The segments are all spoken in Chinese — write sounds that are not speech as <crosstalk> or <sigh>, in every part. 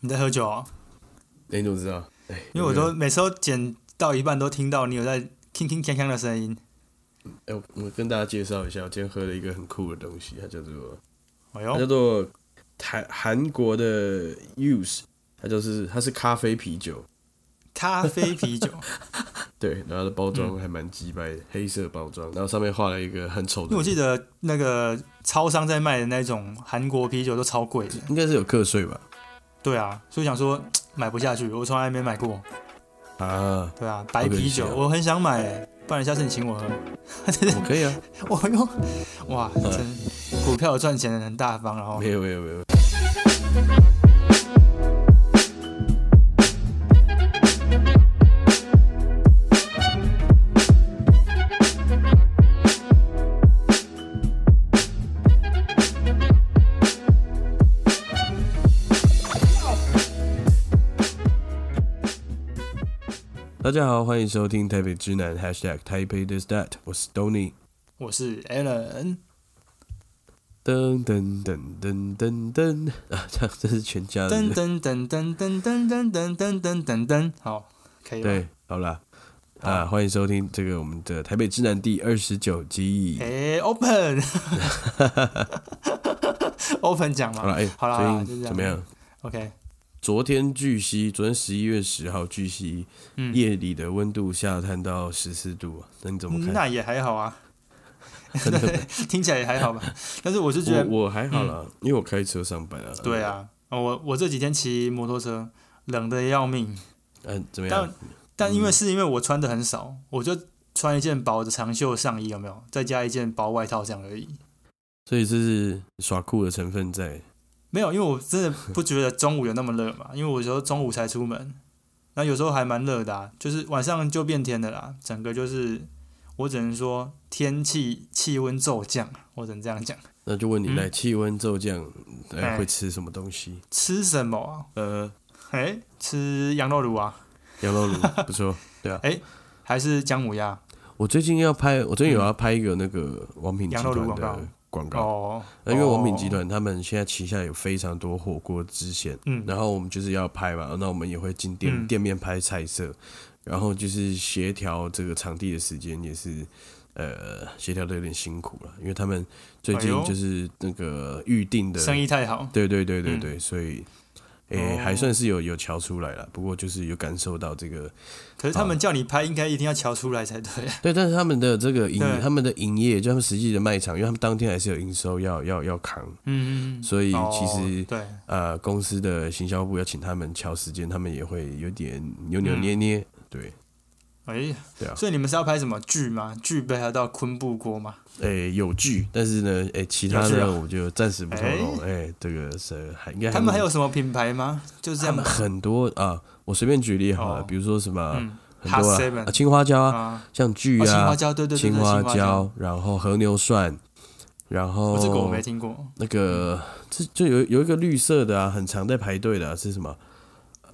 你在喝酒啊？哎，你怎么知道？哎，因为我都每次都剪到一半都听到你有在铿铿锵锵的声音。哎，我我跟大家介绍一下，我今天喝了一个很酷的东西，它叫做哎它叫呦，<laughs> 做韩韩国的 Use，它就是它是咖啡啤酒，咖啡啤酒，对，然后它的包嗯装还蛮鸡掰的，黑色包装，然后上面画了一个很丑因为我的，记得那个超商在卖的那种韩国啤酒都超贵的。应该是有课税吧？对啊，所以想说买不下去，我从来没买过。啊，对啊，白啤酒好可惜哦我很想买、不然下次你请我喝。 <laughs> 我可以啊，我用哇，真股票赚钱很大方，然后没有没有没有，大家好，欢迎收听台北之南 #hashtag 台北 this that，我是 Tony。我是 Alan，噔噔噔噔噔噔啊！这这是全家的噔噔噔噔噔噔噔噔噔噔噔噔，好，可以吧？对，好啦，啊，欢迎收听这个我们的台北之南第二十九集。哎，Open，Open <laughs> 讲好了，嘛哎，好啦好啦就这最近样怎么样？ ，OK，昨天据悉，昨天十一月十号据悉，嗯，夜里的温度下探到十四度啊，那你怎么看？那也还好啊， <laughs> 真的 <laughs> 听起来也还好吧，但是我是觉我得，嗯我还好啦，因为我开车上班啊。对，啊，我我这几天骑摩托车，冷的要命，嗯，怎么但样？但嗯因为是因为我穿的很少，我就穿一件薄的长袖上衣，有没有？再加一件薄外套这样而已。所以这是耍酷的成分在。没有，因为我真的不觉得中午有那么热嘛， <laughs> 因为我有时候中午才出门，然后有时候还蛮热的、啊，就是晚上就变天的啦。整个就是，我只能说天气气温骤降，我只能这样讲。那就问你，嗯来气温骤降，来哎会吃什么东西？吃什么啊？呃，哎，吃羊肉炉啊，羊肉炉不错。还是姜母鸭？我最近要拍，我最近有要拍一个那个王品 <laughs> 集羊肉炉广团告的广告，哦，啊那因为王品集哦，团他们现在旗下有非常多火锅支线，嗯，然后我们就是要拍嘛，那我们也会进店、嗯店面拍菜色，然后就是协调这个场地的时间也是。呃，协调的有点辛苦了，因为他们最近哎呦就是那个预定的，生意太好，对对对对对，所以，诶、哦还算是有有瞧出来了，不过就是有感受到这个可是他啊们叫你拍，应该一定要瞧出来才 <laughs> 对。对，但是他们的这个营对，他们的营业，就他们实际的卖场，因为他们当天还是有营收要要要扛，嗯，嗯嗯所以哦其实、对，呃，公司的行销部要请他们敲时间，他们也会有点扭扭嗯捏捏。对，哎，对啊所以你们是要拍什么剧吗？剧不是还要到昆布锅吗？诶、有剧，但是呢，诶、其他有剧啊的我就暂时不透露。诶、这个是还应该他们还有有什么品牌吗？就是这他样们很多啊，我随便举例好了，哦比如说什么、嗯很多 Hot Seven 啊啊，青花椒啊，啊，像剧哦青啊花，椒，对对对，对青青花，椒，然后和牛涮，然后哦这个我没听过，那个这就有有一个绿色的啊，很常在排队的、啊、是什么、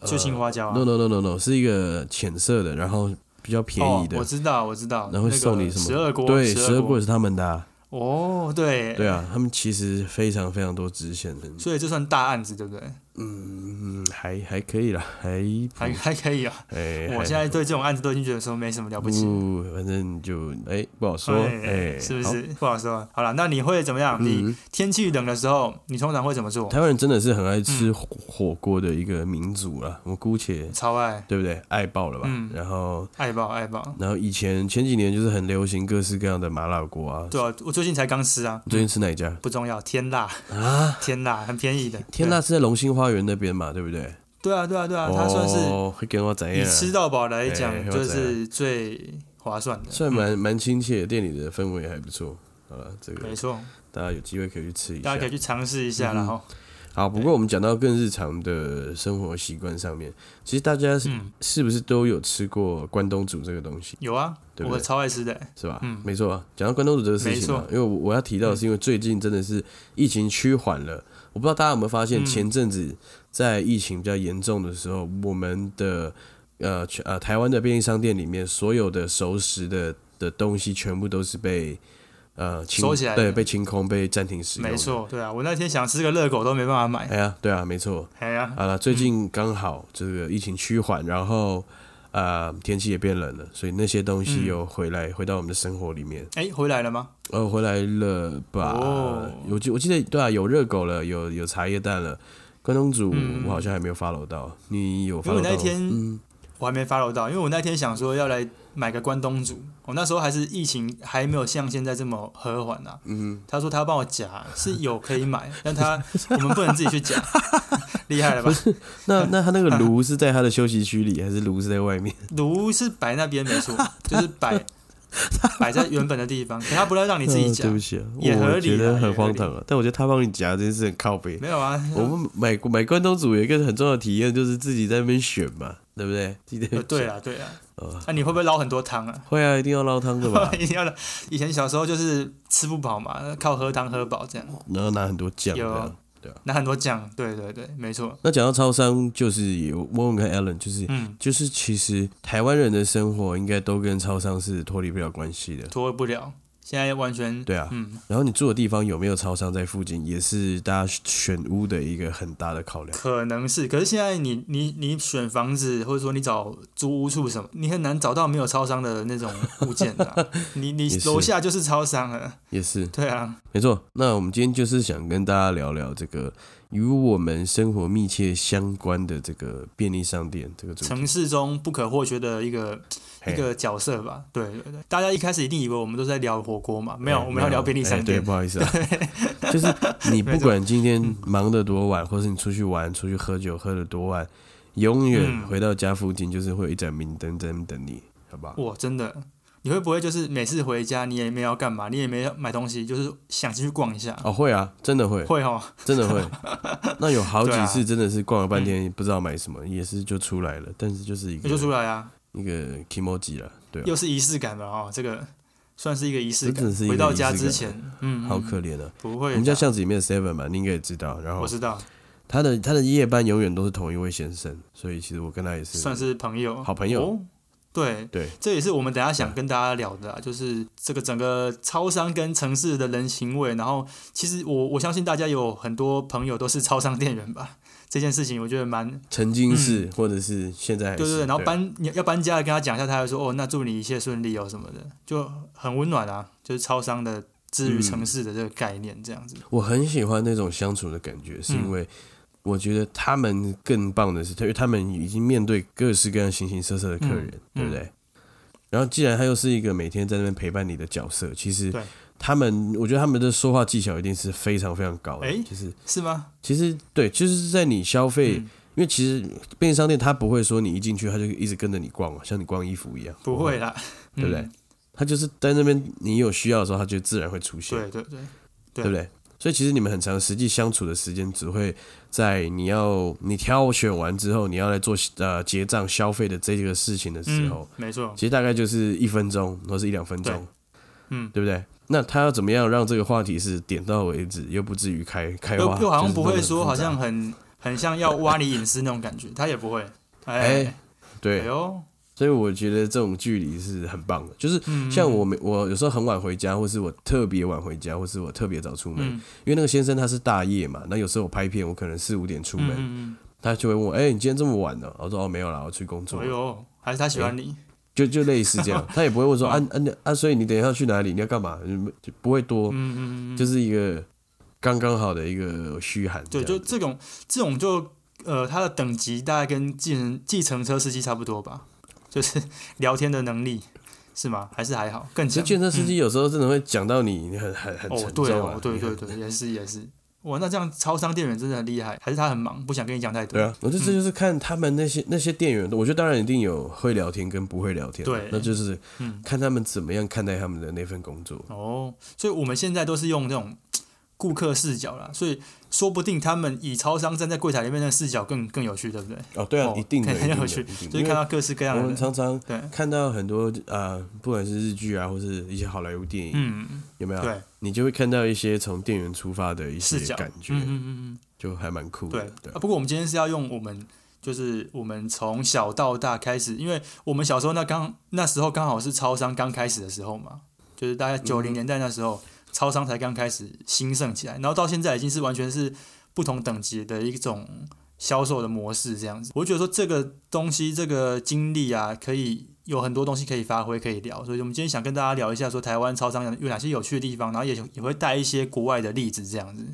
就青花椒啊 n o。No No No No，是一个浅色的，然后比较便宜的，哦，我知道，我知道，然后送你什么？十二锅，对，十十二二锅也是他们的、啊。哦，对，对啊，他们其实非常非常多支线的，所以这算大案子，对不对？嗯，还还可以啦，还还还可以啊，哎，我嗯还现在对这种案子都已经觉得说没什么了不起，不，反正就哎不好说，哎，是不好嗯是？不好说。啊好了，那你会怎么样？你天气冷的时候，你通常会怎么做？台湾人真的是很爱嗯吃火火锅的一个民族啦，我们姑且超爱，对不对？爱爆了吧？嗯然后爱爆，爱爆。然后以前前几年就是很流行各式各样的麻辣锅啊。对啊，我最近才刚吃啊，你最近吃哪一家？不重要，天辣啊，天辣很便宜的，天辣是在龙兴花园那边嘛，对不对？对，对啊，对啊，对啊，它算是哦会给我怎以样啊？吃到饱来哎讲，哎就是最划算的。算蛮蛮亲切的，店里的氛围还不错。好了，嗯这没个错，大家有机会可以去吃一大下家可。以去尝试一下啦，然后好，不过我们讲到更日常的生活习惯上面，其实大家是嗯，是不是都有吃过关东煮这个东西，有啊，对不我对？超爱吃的，是吧？嗯没错啊。讲到关东煮这个事情啊没，因为我我要提到的是，因为最近真的是疫情趋缓了，我不知道大家有没有发现，嗯前阵子在疫情比较严重的时候，我们的呃全呃台湾的便利商店里面所有的熟食的的东西，全部都是被呃清收起来对，被清空、被暂停使用。没，错，对啊，我那天想吃个热狗都没办法买。哎呀，对啊，没错。哎呀，好呃了，最近刚好这个疫情趋缓，然后呃天气也变冷了，所以那些东嗯西又回来、回到我们的生活里面。哎，回来了吗？呃，回来了吧？哦我记我记得对啊，有热狗了，有有茶叶蛋了。关东煮我好像还没有 follow 到，你有因为 follow 我嗯那到吗？一天我还没 follow 到，因为我那天想说要来买个关东煮，我那时候还是疫情还没有像现在这么和缓啊。嗯，他说他要帮我夹，是有可以买，但他我们不能自己去夹，厉害了吧？那那他那个炉是在他的休息区里，还是炉是在外面？炉是摆那边 <laughs> 没错，就是摆摆在原本的地方，可他不要 <laughs> 让你自己呃夹对，不起啊，也合理啊我觉也得合很理荒唐啊。但我觉得他帮你夹这件事很靠背。没有啊？我们买买关东煮有一个很重要的体验，就是自己在那边选嘛，对不对？自己在那呃边对选啊，对啊呃，那、你会不会捞很多汤啊？会啊，一定要捞汤 <laughs>？的吧一定要的。以前小时候就是吃不饱嘛，靠喝汤喝饱这样，然后拿很多酱这样有。拿很多酱。对对对，没错。那讲到超商，就是也问问看 Alan，就是嗯，就是其实台湾人的生活应该都跟超商是脱离不了关系的。脱不了，现在完全对啊，嗯，然后你住的地方有没有超商在附近，也是大家选屋的一个很大的考量。可能是。可是现在你你你选房子，或者说你找租屋处什么，你很难找到没有超商的那种物件 <laughs> 的啊、你你也是楼下就是超商了，也是，对啊，没错，那我们今天就是想跟大家聊聊这个与我们生活密切相关的这个便利商店这个主题。城市中不可或缺的一个嘿一个角色吧。对对对，大家一开始一定以为我们都在聊火锅嘛，没有，哎我们要聊便利商哎对， <laughs> 店。不好意思啊， <laughs> 就是你不管今天忙得多晚，或是你出去玩、出去喝酒喝得多晚，永远嗯回到家附近就是会有一盏明灯在那边等你，好不好？哇，真的，你会不会就是每次回家你也没有要干嘛，你也没有买东西，就是想进去逛一下？哦，会啊，真的会，会哦，真的 <laughs> 会。那有好对几啊嗯次真的是逛了半天不知道买什么，也是就出来了，但是就是一那就出个来啊，一个 k i m o j i 了，对啊。又是仪式感吧？哦，这个算是一个仪式真感的是一。个回到家仪式感之前，嗯，嗯好可怜啊！不我会啦，们家巷子里面的 Seven 嘛，你应该也知道。然后我知道，他的他的夜班永远都是同一位先生，所以其实我跟他也是算是朋友，好朋友。哦。对，对，这也是我们等一下想跟大家聊的、啊，就是这个整个超商跟城市的人行为。然后，其实我我相信大家有很多朋友都是超商店员吧， <laughs> 这件事情我觉得蛮曾经是、或者是现在还是嗯对对对，然后啊搬你要搬家跟他讲一下，他还说哦，那祝你一切顺利哦什么的，就很温暖啊，就是超商的之于城市的这个概念这样子。我很喜欢那种相处的感觉，是因嗯为我觉得他们更棒的是，因为他们已经面对各式各样形形色色的客人，对嗯不对？然后既然他又是一个每天在那边陪伴你的角色，其实对他们，我觉得他们的说话技巧一定是非常非常高的。诶其实是吗？其实对，就是在你消费。嗯因为其实便利商店它不会说你一进去它就一直跟着你逛嘛，像你逛衣服一样，不会，啦，对不对嗯？它就是在那边你有需要的时候，它就自然会出现，对对对，对不对？所以其实你们很长实际相处的时间，只会在你要你挑选完之后，你要来做呃结账消费的这个事情的时候嗯，，没错，其实大概就是一分钟或是一两分钟对，嗯，对不对？那他要怎么样让这个话题是点到为止，又不至于开开又花？又好就像是不弄得会很说复好杂像很很像要挖你隐私那种感觉，他也不会。哎哎对哎，呦，所以我觉得这种距离是很棒的，就是嗯像我每我有时候很晚回家，或是我特别晚回家，或是我特别早出门，嗯因为那个先生他是大夜嘛，那有时候我拍片，我可能四五点出嗯门，嗯他就会问我，哎、你今天这么晚呢、我说哦没有啦，我去工嗯，作哎，呦，还是他喜欢你，就就类 <laughs> 似这样，他也不会问哦说，啊啊那啊，所以你等一下去哪里，你要干嘛，嗯就不会多，嗯嗯嗯，就是一个刚刚好的一个嘘寒对，这样，就这种这种就呃，它的等级大概跟计程计程车司机差不多吧，就是 <laughs> 聊天的能力是吗？还是还好更其强实？健身司机有时候真的会讲到你，你很很很嗯哦，沉对重啊，哦，对对对，也是也是。哇，那这样超商店员真的很厉害，还是他很忙，不想跟你讲太多。对啊，我觉嗯得这就是看他们那些那些店员，我觉得当然一定有会聊天跟不会聊天，对那就是嗯看他们怎么样看待他们的那份工作。哦，所以我们现在都是用这种顾客视角啦，所以说不定他们以超商站在柜台里面的视角更更有趣，对不对？哦，对啊哦，一定的，看一定 <laughs> 的，很有一趣定的就是因看为到各式各样我的们人。常常对， <laughs> 看到很多呃，不管是日剧啊，或是一些好莱坞电影，嗯，有没有？对，你就会看到一些从店员出发的一视些角，感嗯嗯觉，嗯嗯嗯。就还蛮酷对的。对啊，，不过我们今天是要用我们，就是我们从小到大开始，因为我们小时候那刚那时候刚好是超商刚开始的时候嘛，就是大概嗯九零年代那时候，超商才刚开始兴盛起来，然后到现在已经是完全是不同等级的一种销售的模式这样子。我就觉得说这个东西，这个经历啊，可以有很多东西可以发挥，可以聊。所以我们今天想跟大家聊一下，说台湾超商有哪些有趣的地方，然后也也会带一些国外的例子这样子，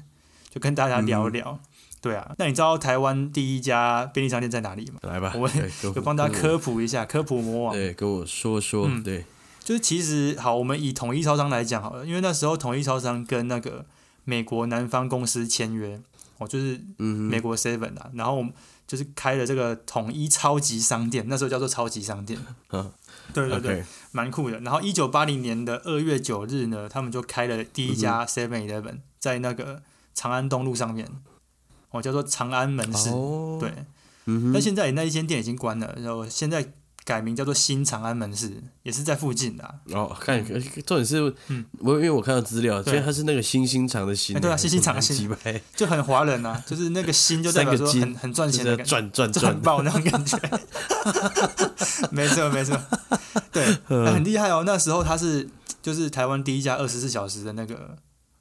就跟大家聊一嗯聊。对啊，那你知道台湾第一家便利商店在哪里吗？来吧，我对跟就帮大家跟科我普一下，科普魔王。对，跟我说说，嗯对，就是其实好，我们以统一超商来讲好了，因为那时候统一超商跟那个美国南方公司签约，哦，就是嗯美国 Seven 啊，然后我们就是开了这个统一超级商店，那时候叫做超级商店。 <laughs> 嗯，对对对， ，OK，蛮酷的。然后一九八零年的二月九日呢，他们就开了第一嗯家 Seven Eleven 在那个长安东路上面，哦，叫做长安门市。哦，对，嗯哼，但现在那一间店已经关了，然后现在改名叫做新长安门市，也是在附近的、啊。哦，看，呃重点是，嗯我因为我看到资料，其对实它是那个星星长的星，哎对啊星星长的星几百，就很华人 <laughs> 啊，就是那个心就代表说三个很很赚 <laughs> 就钱是的要感觉，转 <laughs> 转赚转，爆那种感 <laughs> 觉。没错没错， <laughs> 对，嗯很厉害哦。那时候他是就是台湾第一家二十四小时的那个，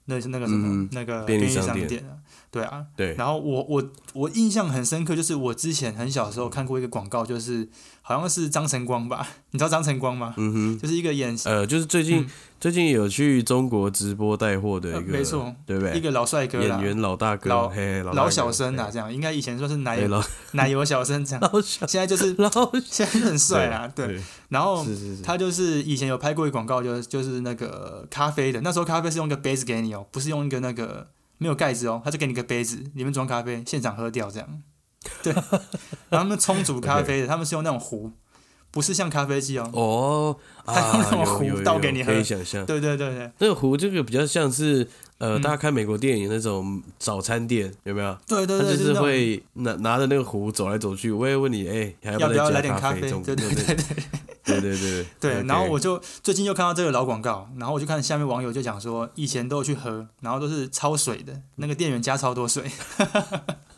那是那个什么、嗯那个便利商商店啊，对啊。对，然后我我我印象很深刻，就是我之前很小的时候看过一个广告，就是好像是张晨光吧， <laughs> 你知道张晨光吗？嗯哼，就是一个演戏、呃，就是最近嗯最近有去中国直播带货的呃一个，没错，对不一对？个老帅哥啦演，员老大哥，老嘿，老大老哥小生啊，，这样应该以前说是奶对对，老奶油小生这样，老小现在就是老现在很帅啊，对。对，然后是是是，他就是以前有拍过一个广告，就是就是那个咖啡的，那时候咖啡是用一个杯子给你哦，不是用一个那个没有盖子哦，他就给你个杯子，里面装咖啡，现场喝掉这样。 <laughs> 对，然后他们冲煮咖啡的，他们是用那种壶，不是像咖啡机哦。哦，啊，他用那种有壶有有倒给你喝可以想象，对对对对那个壶这个比较像是呃，嗯大家看美国电影那种早餐店有没有？对对他对，就是是那种会拿拿着那个壶走来走去，我也问你，哎，还要不不要再来加点咖啡？啡？这种对对对对对。对对对 <laughs> 对， OK 然后我就最近又看到这个老广告，然后我就看下面网友就讲说，以前都有去喝，然后都是超水的，那个店员加超多水， <laughs>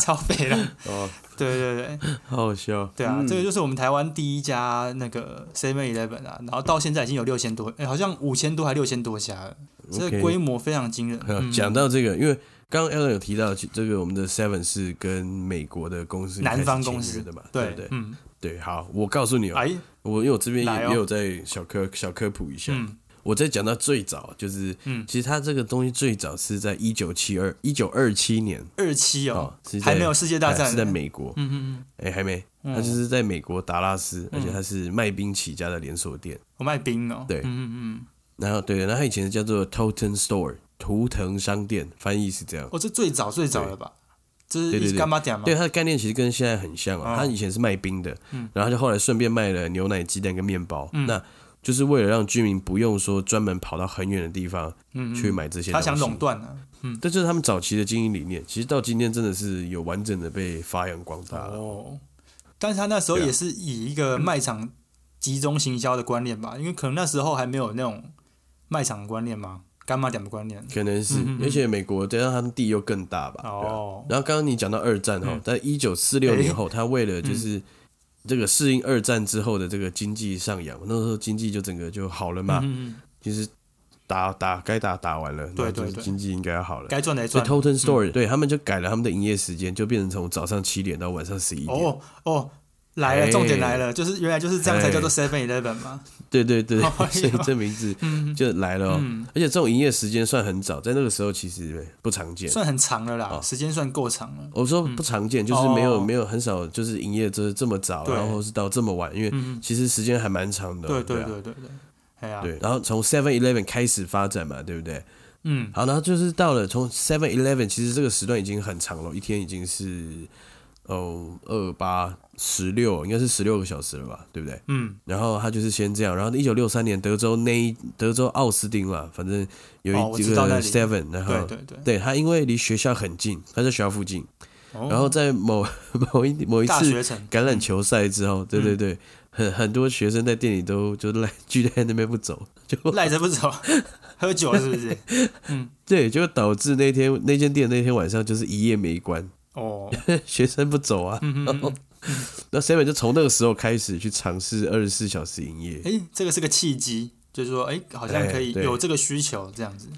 超肥了。哦，对对对好好笑， <laughs> 对啊，这个就是我们台湾第一家那个 Seven Eleven 啊，然后到现在已经有六千多，哎，好像五千多还六千多家了，这个 OK 规模非常惊人。呃嗯讲到这个，因为刚刚 Alan 有提到，这个我们的 Seven 是跟美国的公司南方公开始司签约的嘛，对对不对？嗯，对，好，我告诉你哦，哎，我因为我这边来也哦也有在小科小科普一下，嗯我在讲到最早就是，嗯，其实它这个东西最早是在一九七二一九二七年二期哦哦，，是在还没有世界大哎战是呢，在美国，嗯，嗯嗯哎，还没，嗯，它就是在美国达拉斯，而且嗯它是卖冰起家的连锁店。我卖冰哦，对嗯嗯嗯，然后对，然后它以前叫做 Totten Store 图腾商店，翻译是这样。哦，这最早最早了吧？这对对是对干嘛点嘛对，？它的概念其实跟现在很像啊。哦它以前是卖冰的嗯，然后就后来顺便卖了牛奶、鸡蛋跟面包。嗯那就是为了让居民不用说专门跑到很远的地方嗯，嗯去买这些他东西。想垄断啊。嗯，这就是他们早期的经营理念。其实到今天真的是有完整的被发扬光大了。哦，但是他那时候啊对啊也是以一个卖场集中行销的观念吧，因为可能那时候还没有那种卖场的观念嘛，干妈点的观念。可能是嗯嗯，嗯而且美国加上他们地又更大吧。对啊哦，然后刚刚你讲到二战哈嗯，在一九四六哎年后，他为了就是这个适应二战之后的这个经济上扬，那时候经济就整个就好了嘛。嗯，嗯其实打打该打打完了，对然后就是对对经济应该要好嗯了。该赚的也所以赚。 Totten Store、对他们就改了他们的营业时间，就变成从早上七点到晚上十一点。哦哦，来了，哎重点来了，就是原来就是这样才哎叫做 Seven Eleven 嘛。对对对， <laughs> 哎呦所以这名字嗯，就来了、哦。嗯而且这种营业时间算很早，在那个时候其实不常见。算很长了啦，哦时间算够长了。我说不常见，就是没有、哦没有很少，就是营业就是这么早，对然后是到这么晚，因为嗯，嗯其实时间还蛮长的哦、对对啊对对对，哎呀，对，然后从 Seven Eleven 开始发展嘛，对不对？嗯，好，然后就是到了从 Seven Eleven，其实这个时段已经很长了，一天已经是哦二八十六，应该是十六个小时了吧，对不对？嗯，然后他就是先这样，然后一九六三年德州那一德州奥斯汀嘛，反正有哦我一知几个道那里 Seven，然后对对对。对他因为离学校很近，他在学校附近，然然后在某 <laughs> 某一某一哦大次学嗯城，橄榄球赛之后，对对对，很很多学生在店里都 <laughs> 就赖聚在那边不走，就赖着不 <laughs> 走，喝酒了是不是？对，就导致那天那间店那天晚上就是一夜没关， <laughs> 哦，学生不走啊。嗯嗯嗯嗯那 seven 就从那个时候开始去尝试二十四小时营业，哎诶，这个是个契机，就是说，哎、好像可以哎对有这个需求这样子。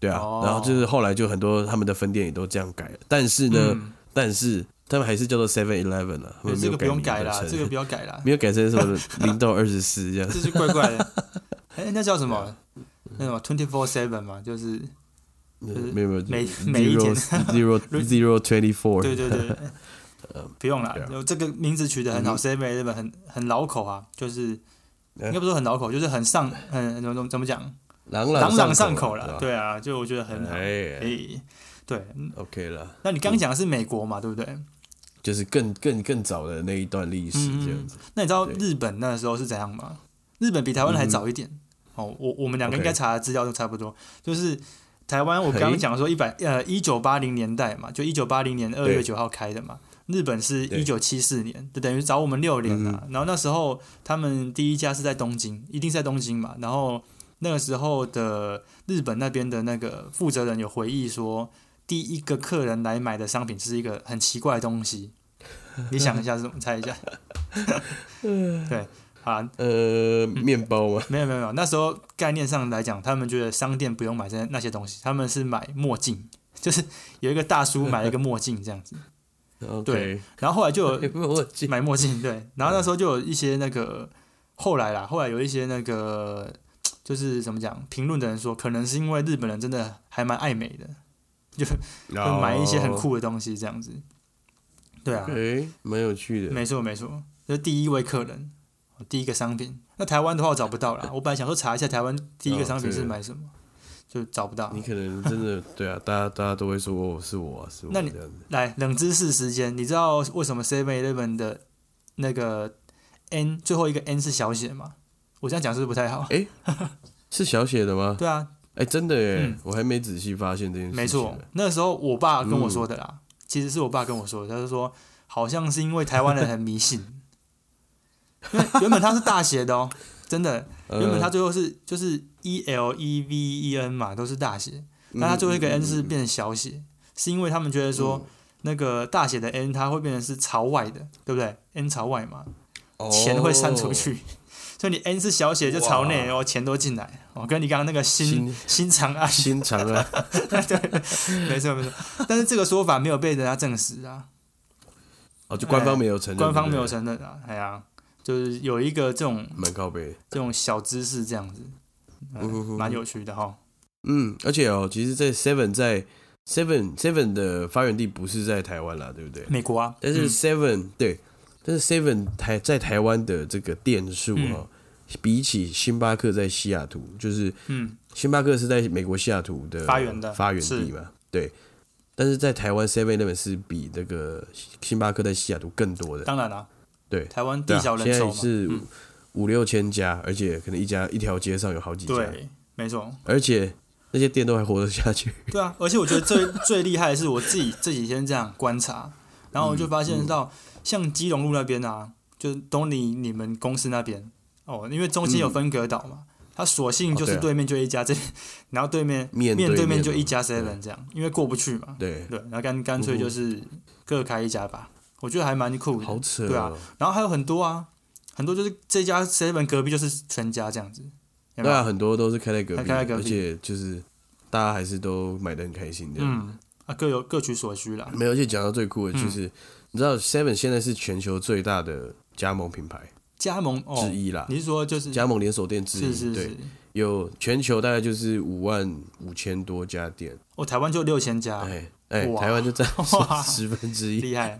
对啊，哦然后就是后来就很多他们的分店也都这样改了，但是呢，嗯，哎但是他们还是叫做 Seven Eleven 啊，他们没这有个不用名改啦，本身这个不要改啦， <laughs> 没有改成什么零到二十 <laughs> 四这样，这是怪怪的。 <laughs> 哎、那叫什么？那什么 twenty four seven 嘛，就是是没有没有呃每每一天 <laughs> zero zero zero twenty four，对对对，不用啦对啊，有这个名字取得很好，Seven Eleven 很很老口啊，就是嗯应该不是很老口，就是很上很怎么怎么讲，朗朗朗上口口了，啦，对啊，就我觉得很好，哎诶，对，嗯，OK 了，那你刚刚讲的是美国嘛，对不对？就是更更更早的那一段历嗯史这样子，那你知道对日本那时候是怎样吗？日本比台湾还早一点。哦，我我们两个 OK 应该查的资料都差不多。就是台湾，我刚刚嘿讲说一百呃一九八零年代嘛，就一九八零年二月对九号开的嘛。日本是一对嗯九七四年，就等于早我们六年啦。然后那时候他们第一家是在东京，一定是在东京嘛。然后那个时候的日本那边的那个负责人有回忆说，第一个客人来买的商品是一个很奇怪的东西。你想一下是什么？猜一 <laughs> 下。对，啊，呃，面包吗？没有没有没有，那时候概念上来讲，他们觉得商店不用买这那些东西，他们是买墨镜， <laughs> 就是有一个大叔买了一个墨镜这样子，对 OK，然后后来就有哎不我记买墨镜，对，然后那时候就有一些那个后来啦，后来有一些那个就是怎么讲，评论的人说，可能是因为日本人真的还蛮爱美的，就买一些哦很酷的东西这样子，对啊，哎，蛮有趣的。没错没错，这是第一位客人，第一个商品。那台湾的话我找不到啦，我本来想说查一下台湾第一个商品是买什么，就找不到你。可能真的对啊，大家大家都会说哦，是我啊，是我嗯那这你样子。来冷知识时间，你知道为什么 Seven Eleven 的那个 N 最后一个 N 是小写吗？我这样讲是不是不太好？哎是小写的吗？对啊，哎，真的耶嗯，我还没仔细发现这件事情。嗯没错，那时候我爸跟我说的啦，其实是我爸跟我说的，他就说好像是因为台湾人很迷信，因为原本他是大写的哦，真的，呃，原本它最后是就是 E L E V E N 嘛，都是大写，嗯那它最后一个嗯 N 嗯是变成小写，是因为他们觉得说那个大写的 N 它会变成是朝外的，对不对？N 朝外嘛，哦钱会删出，去， <laughs> 所以你 N 是小写就朝内，哇然后钱都进来。哦，跟你刚刚那个新新新长安哦，心肠啊， <laughs> 没错没错，但是这个说法没有被人家证实啊。哦，就官方没有承认，官方没有对承认啊，哎呀，就是有一个这种不对，蛮靠背的。这种小知识这样子，哎嗯哼哼蛮有趣的哈。嗯，而且哦，其实，在 Seven 在 Seven Seven 的发源地不是在台湾啦，对不对？美国啊，但嗯是 Seven、对，但是 Seven 台在台湾的这个店数哈、哦比起星巴克在西雅图，就是嗯，星巴克是在美国西雅图的发源的发源地嘛，对。但是在台湾 Seven Eleven 是比那个星巴克在西雅图更多的，当然啦、啊对台湾对地啊小人现稠在嘛，嗯是五五六千家，而且可能一家一条街上有好几家，对，没错，而且那些店都还活得下去。 <laughs> 对啊。而且我觉得最最厉害的是我自己这几天这样观察，然后我就发嗯现到，像基隆路那边啊，就东里你们公司那边哦，因为中间有分隔岛嘛，它索性就是嗯哦对啊对面就一家这， <laughs> 然后对面面对面对面就面一家 seven 这样，因为过不去嘛，对，对，然后干干脆嗯就是各开一家吧，我觉得还蛮酷的，好扯、哦。对啊然后还有很多啊，很多就是这家 seven 隔壁就是全家这样子，有没有对啊，很多都是开在隔还壁，开在隔壁而且就是大家还是都买的很开心的。嗯，啊，各有各取所需啦。没有，而且讲到最酷的就是，你知道 Seven 现在是全球最大的加盟品牌加盟哦，之一啦，你是说就是加盟连锁店之一。是是对是，，有全球大概就是五万五千多家店，哦，台湾就六千家，哎哎，哇台湾就占 <laughs> 哇十分之一。厉 <laughs> 害。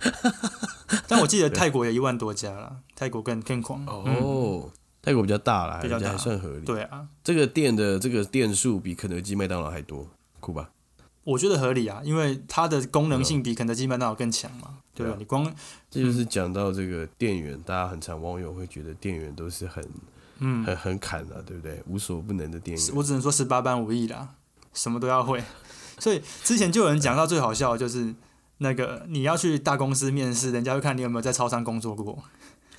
但我记得泰国有一万多家啦，泰国更更狂。嗯，哦，泰国比较大啦，比较人大家还算合理。对啊，这个店的这个店数比肯德基、麦当劳还多，酷吧？我觉得合理啊，因为它的功能性比肯德基、麦当劳更强嘛，对对吧啊？你光这就是嗯讲到这个店员，大家很常网友会觉得店员都是很嗯，很很砍啊，对不对？无所不能的店是员。我只能说十八般武艺啦，什么都要 <laughs> 会。所以之前就有人讲到最好笑的就是那个你要去大公司面试，人家会看你有没有在超商工作过。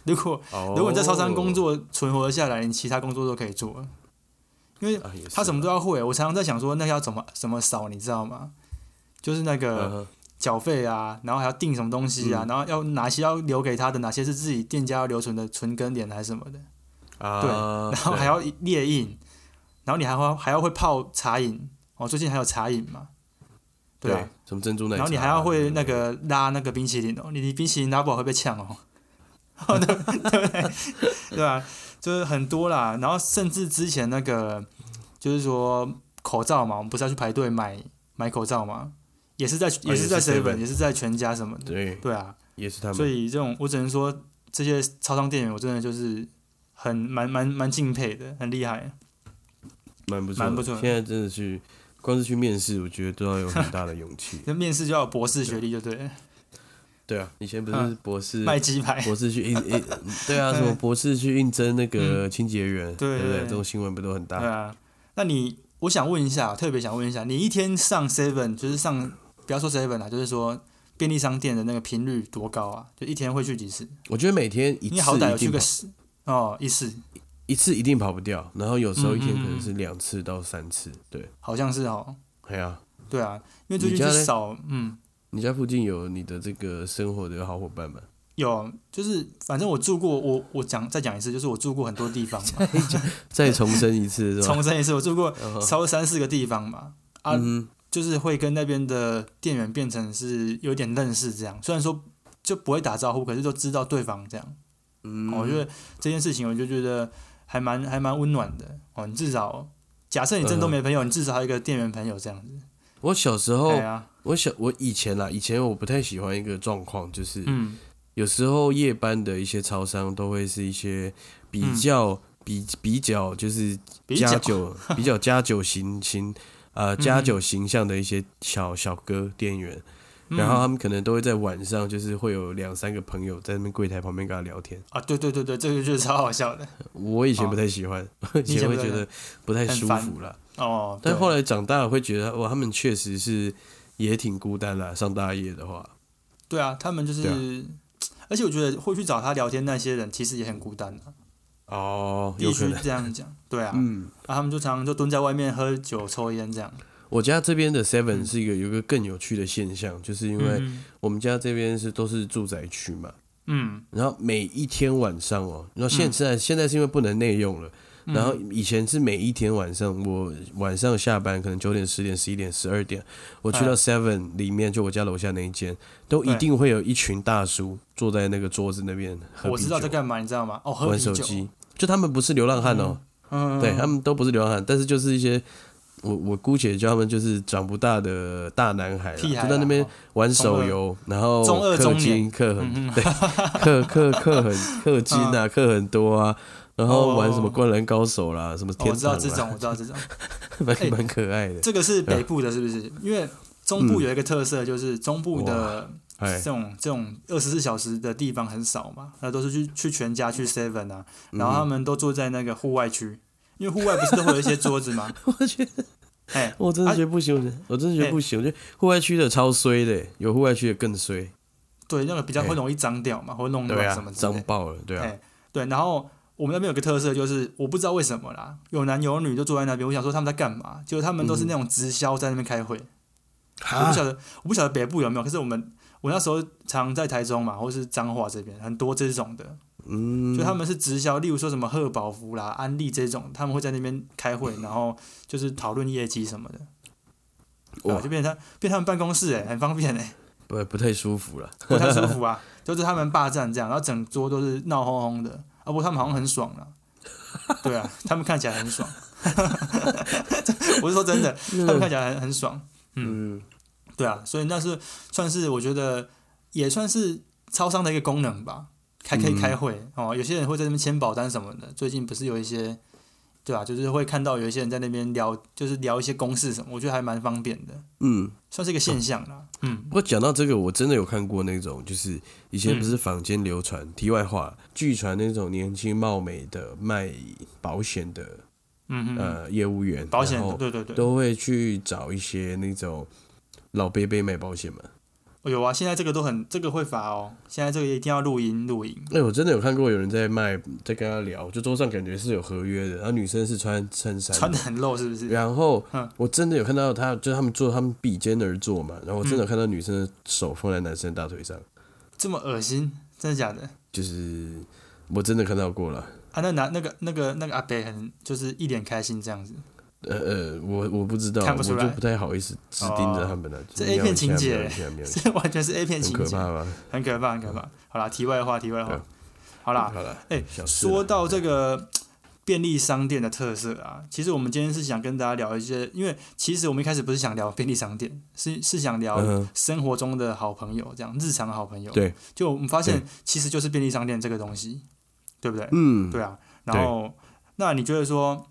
如果哦如果你在超商工作存活下来，你其他工作都可以做了，因为啊，也是他什么都要会。我常常在想说，那要怎么怎么扫，你知道吗？就是那嗯个哼嗯缴费啊，然后还要订什么东西啊，然后要哪些要留给他的，哪些是自己店家要留存的存根点还是什么的。啊，对然后还要列印，然后你还要还要会泡茶饮哦，最近还有茶饮嘛，对对啊，对什么珍珠奶茶，然后你还要会那个拉那个冰淇淋哦，你你冰淇淋拉不好会被呛哦。 <laughs> 对对不对？对啊，就是很多啦。然后甚至之前那个，就是说口罩嘛，我们不是要去排队买买口罩嘛，也是在也是在哦也是 seven， 7-Eleven 也是在全家什么的。对，对啊，也是他们，所以这种我只能说，这些超商店员我真的就是很蛮蛮蛮敬佩的，很厉害。蛮不错的，蛮不错的。现在真的去，光是去面试，我觉得都要有很大的勇气 <laughs> 那面试就要有博士学历，就对了，对啊，以前不是嗯博士，卖鸡排。博士去应 <laughs> 应，对啊，什么博士去应征那个清洁员，嗯对对不对对？对这种新闻不都很对大？啊，那你我想问一下，特别想问一下，你一天上 seven 就是上，不要说 seven 啦，就是说便利商店的那个频率多高啊？就一天会去几次？我觉得每天一你好次歹一有去定个跑十哦，一次一次一定跑不掉，然后有时候一天嗯嗯可能是两次到三次，对，好像是哦，哎呀。对啊，因为最你近家就嘞少，嗯，你家附近有你的这个生活的好伙伴吗？有就是反正我住过，我我讲再讲一次，就是我住过很多地方嘛， <laughs> 再重申一次是 <laughs> 吧？嗯重申一次，我住过然后超过三四个地方嘛，啊，嗯哼，就是会跟那边的店员变成是有点认识这样，虽然说就不会打招呼，可是都知道对方这样。嗯，哦我觉得这件事情，我就觉得还蛮还蛮温暖的哦。你至少，假设你真的都嗯没朋友，你至少还有一个店员朋友这样子。我小时候对，啊，我小我以前啦，以前我不太喜欢一个状况，就是嗯，有时候夜班的一些超商都会是一些比较、比比较就是比加较酒比较加酒形形呃加酒形象的一些小小哥店员，嗯然后他们可能都会在晚上就是会有两三个朋友在那边柜台旁边跟他聊天。啊，对对对对，这个就是超好笑的我以前不太喜欢， <laughs> 以你以前前不会太觉得不太舒很服啦。哦。但对后来长大了会觉得哇，他们确实是也挺孤单啦。上大夜的话，对啊，他们就是对，啊而且我觉得会去找他聊天那些人，其实也很孤单啊，哦，有必可须能。这样讲。对啊，嗯，啊，他们就常常就蹲在外面喝酒抽烟这样。我家这边的 Seven 是一个有一个更有趣的现象，就是因为嗯我们家这边是都是住宅区嘛，嗯，然后每一天晚上哦，然后现在、现在是因为不能内用了，嗯然后以前是每一天晚上，我晚上下班可能九点、十点、十一点、十二点，我去到哎 Seven 里面，就我家楼下那一间，都一对定会有一群大叔坐在那个桌子那边喝我啤知道在酒、干嘛，你知道吗？哦，喝玩啤手酒。机，就他们不是流浪汉哦，嗯，对他们都不是流浪汉，但是就是一些我我姑且叫他们就是长不大的大男孩啦，屁孩啦就在那边玩手游，然后中二氪中年金氪很、嗯对， <laughs> 氪氪氪很氪金啊，氪很多啊。然后玩什么哦《灌篮高手》啦，什么哦我天知堂、道啊，这种，我知道这种。哎 <laughs> 蛮蛮可爱的。这个是啊北部的，是不是？因为中部有一个特色，就是中部的嗯哎这，种这种二十四小时的地方很少嘛，那都是去去全家去 Seven 啊，然后他嗯们都坐在那个户外区，因为户外不是都会有一些桌子吗？ <laughs> 我觉得哎，我真的觉得不行，我真的我真的觉得不行。我觉得户外区的超衰的，有户外区的更衰。对，那个比较哎会容易脏掉嘛，会弄对乱啊嗯什么，之类脏的。爆了，对啊哎，对，然后我们那边有个特色就是，我不知道为什么啦，有男有女就坐在那边，我想说他们在干嘛？就是他们都是嗯那种直销在那边开会， <laughs> 我不哈晓得，我不晓得北部有没有，可是我们我那时候常在台中嘛，或是彰化这边很多这种的，嗯，就他们是直销，例如说什么贺宝福啦、安利这种，他们会在那边开会，然后就是讨论业绩什么的，对吧哇就，变成他变他们办公室哎、很方便哎、不不太舒服了。不太舒服 <laughs> 啊，就是他们霸占这样，然后整桌都是闹哄哄的，啊不，过他们好像很爽啊。对啊，他们看起来很爽， <laughs> 我是说真的，他们看起来很很爽。嗯，对啊，所以那是算是我觉得也算是超商的一个功能吧，还嗯可以开会、哦。有些人会在那边签保单什么的，最近不是有一些，对啊，就是会看到有一些人在那边聊，就是聊一些公事什么，我觉得还蛮方便的，嗯，算是一个现象啦。嗯不过讲到这个，我真的有看过那种，就是以前不是坊间流传、嗯题外话，据传那种年轻貌美的卖保险的嗯嗯，呃业务员，保险然后对对对，都会去找一些那种老伯伯买保险嘛。哦有啊，现在这个都很这个会罚哦，现在这个一定要录音录音。哎、我真的有看过有人在卖，在跟他聊，就桌上感觉是有合约的，然后女生是穿衬衫的，穿的很露是不是？然后嗯我真的有看到他，就是他们坐他们比肩而坐嘛，然后我嗯真的有看到女生的手放在男生的大腿上，这么恶心，真的假的？就是我真的看到过了。啊，那男那个那个那个阿北很就是一脸开心这样子。呃呃，我我不知道，看不我出来哦就不太好意思只盯着他们了。这就 A 瞄片一情下节瞄一下瞄一下这 <laughs> 完全是 A 片很情可节，怕吧？很可怕，很可怕。好啦，题外话，题外对话啊，好啦，好了，嗯哎小事了说到这个便利商店的特色啊，其实我们今天是想跟大家聊一些，因为其实我们一开始不是想聊便利商店，是是想嗯聊哼生活中的好朋友，这样日常的好朋友。对，就我们发现对其实就是便利商店这个东西，对不对？嗯，对啊。然后，那你觉得说，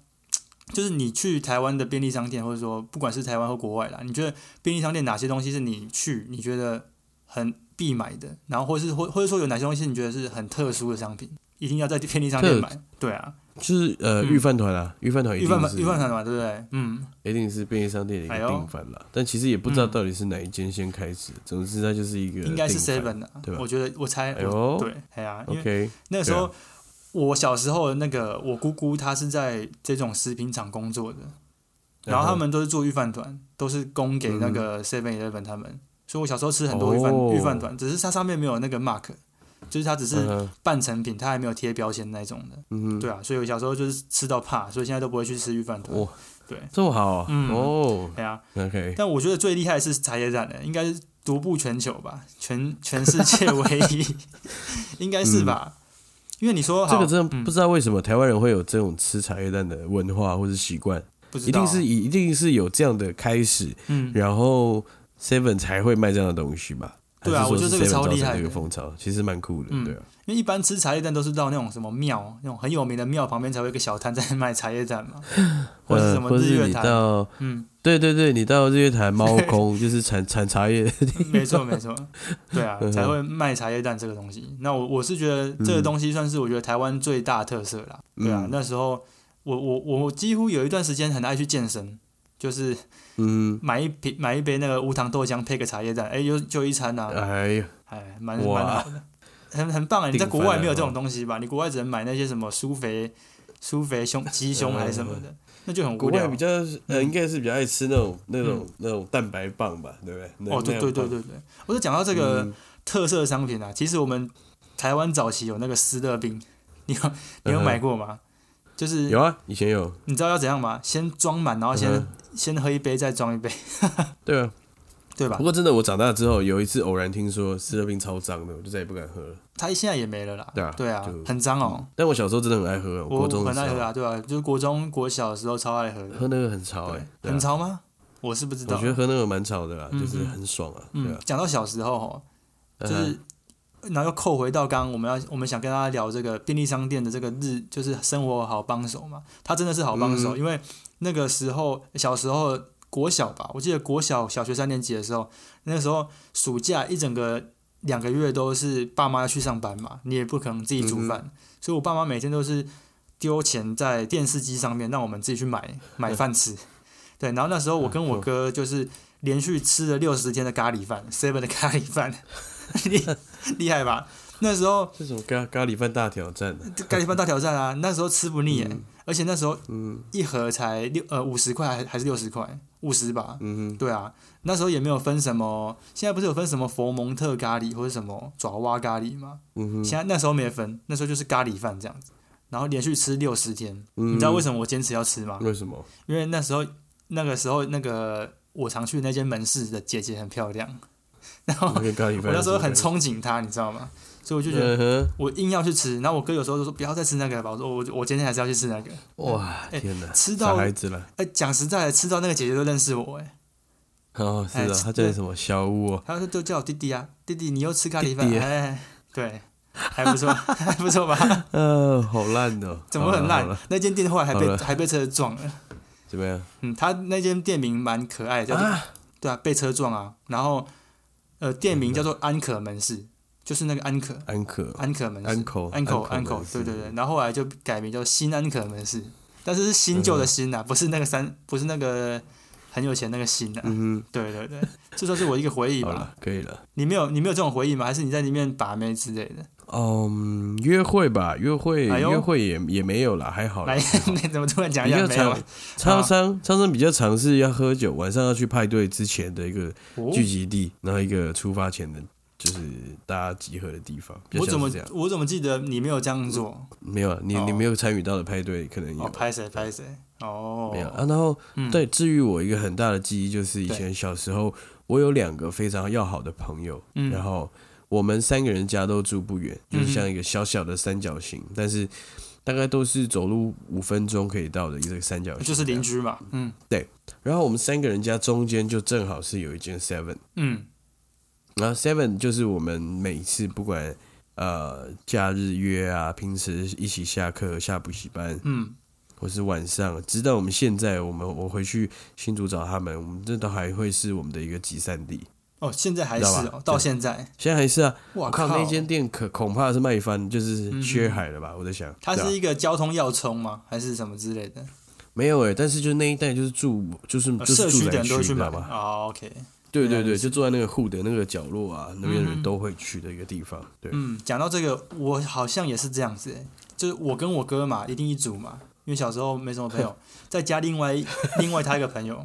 就是你去台湾的便利商店，或者说不管是台湾或国外啦，你觉得便利商店哪些东西是你去你觉得很必买的？然后或是或或者说有哪些东西你觉得是很特殊的商品，一定要在便利商店特买？对啊，就是呃，嗯御饭团啊，御饭团一预定饭是预饭团嘛，对不对？嗯，一定是便利商店的一哎个呦订饭啦。但其实也不知道嗯到底是哪一间先开始，总之它就是一个应该是订饭 seven 的对吧，我觉得我猜，哎我呦对，哎呀，因为 OK，那时候、对啊我小时候的那个我姑姑她是在这种食品厂工作的，然后他们都是做预饭团，都是供给那个 Seven Eleven 他们，所以我小时候吃很多预饭嗯哦预饭团，只是它上面没有那个 mark，就是它只是嗯哼半成品，它还没有贴标签那种的。嗯哼，对啊，所以我小时候就是吃到怕，所以现在都不会去吃预饭团哇。对，这么好啊嗯哦哎呀， ，OK，但我觉得最厉害的是茶叶蛋欸的，应该是独步全球吧，全全世界唯 <laughs> 一，应该是吧？因为你说好嗯这个真的嗯不知道为什么台湾人会有这种吃茶叶蛋的文化或是习惯，不知道啊一定是以一定是有这样的开始，嗯，然后 Seven 才会卖这样的东西吧？对啊还是说我觉得是这个超 7-Eleven 造成厉害的这个风潮其实蛮酷的，嗯对啊，因为一般吃茶叶蛋都是到那种什么庙，那种很有名的庙旁边才会有一个小摊在卖茶叶蛋 <laughs> 嘛，或者是什呃，么或日是月你潭，到嗯，对对对，你到日月潭猫空就是产产茶叶，没错没错，对啊， <laughs> 嗯才会卖茶叶蛋这个东西。那我我是觉得这个东西算是我觉得台湾最大特色啦，对啊嗯，那时候我我我几乎有一段时间很爱去健身，就是嗯，买一瓶买一杯那个无糖豆浆配个茶叶蛋，哎、就就一餐呐、啊，哎呀，哎，蛮哇蛮好的，很很棒啊！你在定国番外了没有这哦种东西吧？你国外只能买那些什么苏肥、苏肥胸、鸡胸还是什么的，那就很无呃国聊外。比较呃，应该是比较爱吃那种那种那种蛋白棒吧，对不对？那哦，对对对，对对，我就讲到这嗯个特色商品啊，其实我们台湾早期有那个斯乐冰， <laughs> 你有你有嗯哼买过吗？就那是有啊，以前有，你知道要怎样吗？先装满，然后先嗯先喝一杯，再装一杯， <laughs> 对啊。对吧不？过真的，我长大之后有一次偶然听说斯乐冰超脏的，我就再也不敢喝了。它现在也没了啦对啊，对啊就，很脏哦。但我小时候真的很爱喝，我国中我的很时爱喝候啊，对吧？就是国中、国小的时候超爱喝的。喝那个很潮哎，对对，啊很。潮吗？我是不知我道。觉得喝那个蛮潮的啦，嗯就是很爽啊，对嗯啊，，讲到小时候哦，就嗯是，呃然后又扣回到刚刚我们要我们想跟大家聊这个便利商店的这个日，就是生活好帮手嘛，他真的是好帮手，因为那个时候小时候国小吧，我记得国小小学三年级的时候，那时候暑假一整个两个月都是爸妈要去上班嘛，你也不可能自己煮饭，所以我爸妈每天都是丢钱在电视机上面，让我们自己去买买饭吃。对，然后那时候我跟我哥就是连续吃了六十天的咖喱饭，seven 的咖喱饭，厉厉害吧？那时候这种咖咖喱饭大挑战啊，咖喱饭大挑战 <laughs> 啊，那时候吃不腻耶、而且那时候嗯一盒才六呃五十块还还是六十块，五十吧，嗯哼，对啊，那时候也没有分什么，现在不是有分什么佛蒙特咖喱或者什么爪哇咖喱吗？嗯哼，现在那时候没分，那时候就是咖喱饭这样子，然后连续吃六十天，你你知道为什么我坚持要吃吗？为什么？因为那时候那个时候那个我常去那间门市的姐姐很漂亮，然后那个咖喱 <laughs> 我饭，那时候很，憧憬她，你知道吗？所以我就觉得嗯哼，我硬要去吃，然后我哥有时候就说不要再吃那个了吧，我说我我今天还是要去吃那个。哇，天哪，哎吃傻到孩子了，哎，讲实在的，吃到那个姐姐都认识我哎，哦，是哎啊，吃他叫什么小屋哦，她说就叫我弟弟啊，弟弟你又吃咖喱饭弟弟哎，对，还不错， <laughs> 还不错吧？呃，好烂哦， <laughs> 怎么很好烂了？好了？那间店后来还被好了还被车撞了。怎么样？嗯，他那间店名蛮可爱的，叫做、啊对啊，被车撞啊。然后呃，店嗯名叫做安可门市，就是那个安可安可，安可门安市，口，安口安安口门，对市对对。，然后后来就改名叫新安可门市，但是是新嗯旧的新啊，不是那个三，不是那个很有钱那个新啊。嗯对对对，这算是我一个回忆哼，好吧。了，可以了。你没有你没有这种回忆吗？还是你在里面把妹之类的？嗯，约会吧，约会，哎呦约会也也没有啦，还好啦来。，你 <laughs> 怎么突然讲一比下较没有常啊？，超商超商比较常是要喝酒，晚上要去派对之前的一个哦聚集地，然后一个出发前的就是大家集合的地方。比较我怎像么是这样？我怎么记得你没有这样做？没有啊，你你哦没有参与到的派对，可能有哦，拍谁拍谁？哦，没有啊？然后嗯对，至于我一个很大的记忆，就是以对前小时候，我有两个非常要好的朋友，嗯然后我们三个人家都住不远，就嗯是哼像一个小小的三角形，嗯但是大概都是走路五分钟可以到的一个三角形，就是邻。居嘛，啊嗯然后我们三个人家中间就正好是有一间 Seven，嗯然后 Seven 就是我们每次不管呃假日约啊，平时一起下课、下补习班，嗯，或是晚上，直到我们现在，我们我回去新竹找他们，我们这都还会是我们的一个集散地。哦，现在还知是道吧哦，到现在，现在还是啊，哇我靠，那间店可恐怕是卖翻，就是嗯缺海了吧？我在想，它对是啊一个交通要冲吗？还是什么之类的？没有哎、但是就那一带就是住就是呃就是社住区宅的人都会你去知买道嘛吗？哦，OK，对对原来对，如此就住在那个户的那个角落啊，那边嗯的人都会去的一个地方。对，嗯，讲到这个，我好像也是这样子欸，就是我跟我哥嘛，一定一组嘛，因为小时候没什么 <laughs> 朋友，再加另外一另外他一个朋友，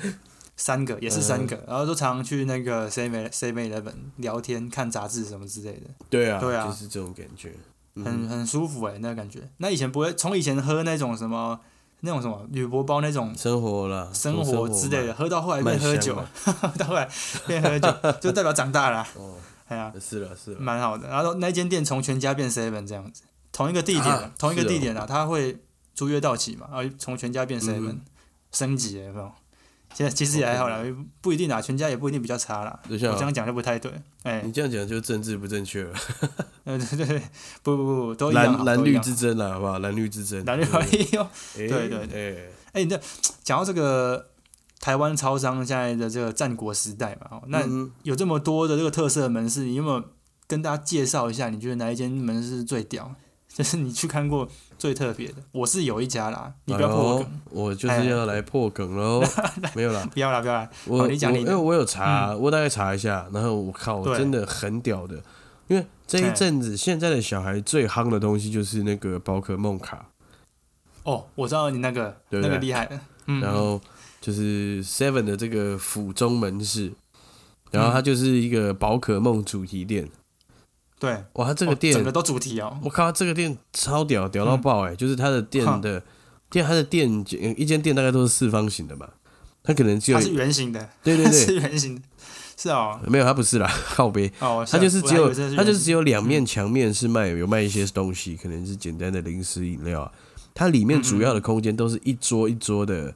三个也是三呃个，然后都常常去那个 Seven Seven Eleven 聊天、看杂志什么之类的，对啊，对啊就是这种感觉。嗯很很舒服哎、那个感觉。那以前不会，从以前喝那种什么那种什么铝箔包那种生活啦，生活从之类的，嘛，喝到后来变慢喝香酒嘛，喝 <laughs> 到后来变喝酒，就代表长大了啊，哦，哎呀、是了是了，蛮好的。然后那间店从全家变 seven 这样子，同一个地点，啊同一个是哦地点啊，它会租约到期嘛，然后从全家变 seven，、嗯升级了有没有？现在其实也还好啦，不一定啦，全家也不一定比较差啦。等一我下这啊，样讲就不太对，哎、你这样讲就政治不正确了。呃， <laughs> 对对对，不不不，都一样嗯蓝好，蓝都一绿样之争啦，好不好？蓝绿之争，啊蓝绿哎哎呦， <laughs> 对对对，哎、你这讲到这个台湾超商现在的这个战国时代嘛，哦，那嗯有这么多的这个特色门市，你有没有跟大家介绍一下？你觉得哪一间门市是最屌？ <laughs> 就是你去看过最特别的？我是有一家啦，你不要破我哎梗，呦我就是要来破梗喽。 <laughs> 没有啦，不要啦，不要啦。我好我你讲你因的为我有查，我大概查一下，然后我靠，对我真的很屌的。因为这一哎阵子现在的小孩最夯的东西就是那个宝可梦卡，哦，我知道你那个对不那对个厉害的，嗯，然后就是 Seven 的这个府中门市，嗯然后它就是一个宝可梦主题店。对，哇，它这个哦整店个嗯都主题哦，我靠，这个店超屌，屌到爆哎、就是它的店的店，它的店呃一间店大概都是四方形的吧？它可能只有它是圆形的，对对它对，是圆形的，是哦，没有它不是啦，靠背，哦，它就是我只还以有为这是嗯它就圆是形只有两面墙面是卖有卖一些东西，可能是简单的零食饮料啊。它里面主要的空间都是一桌一桌的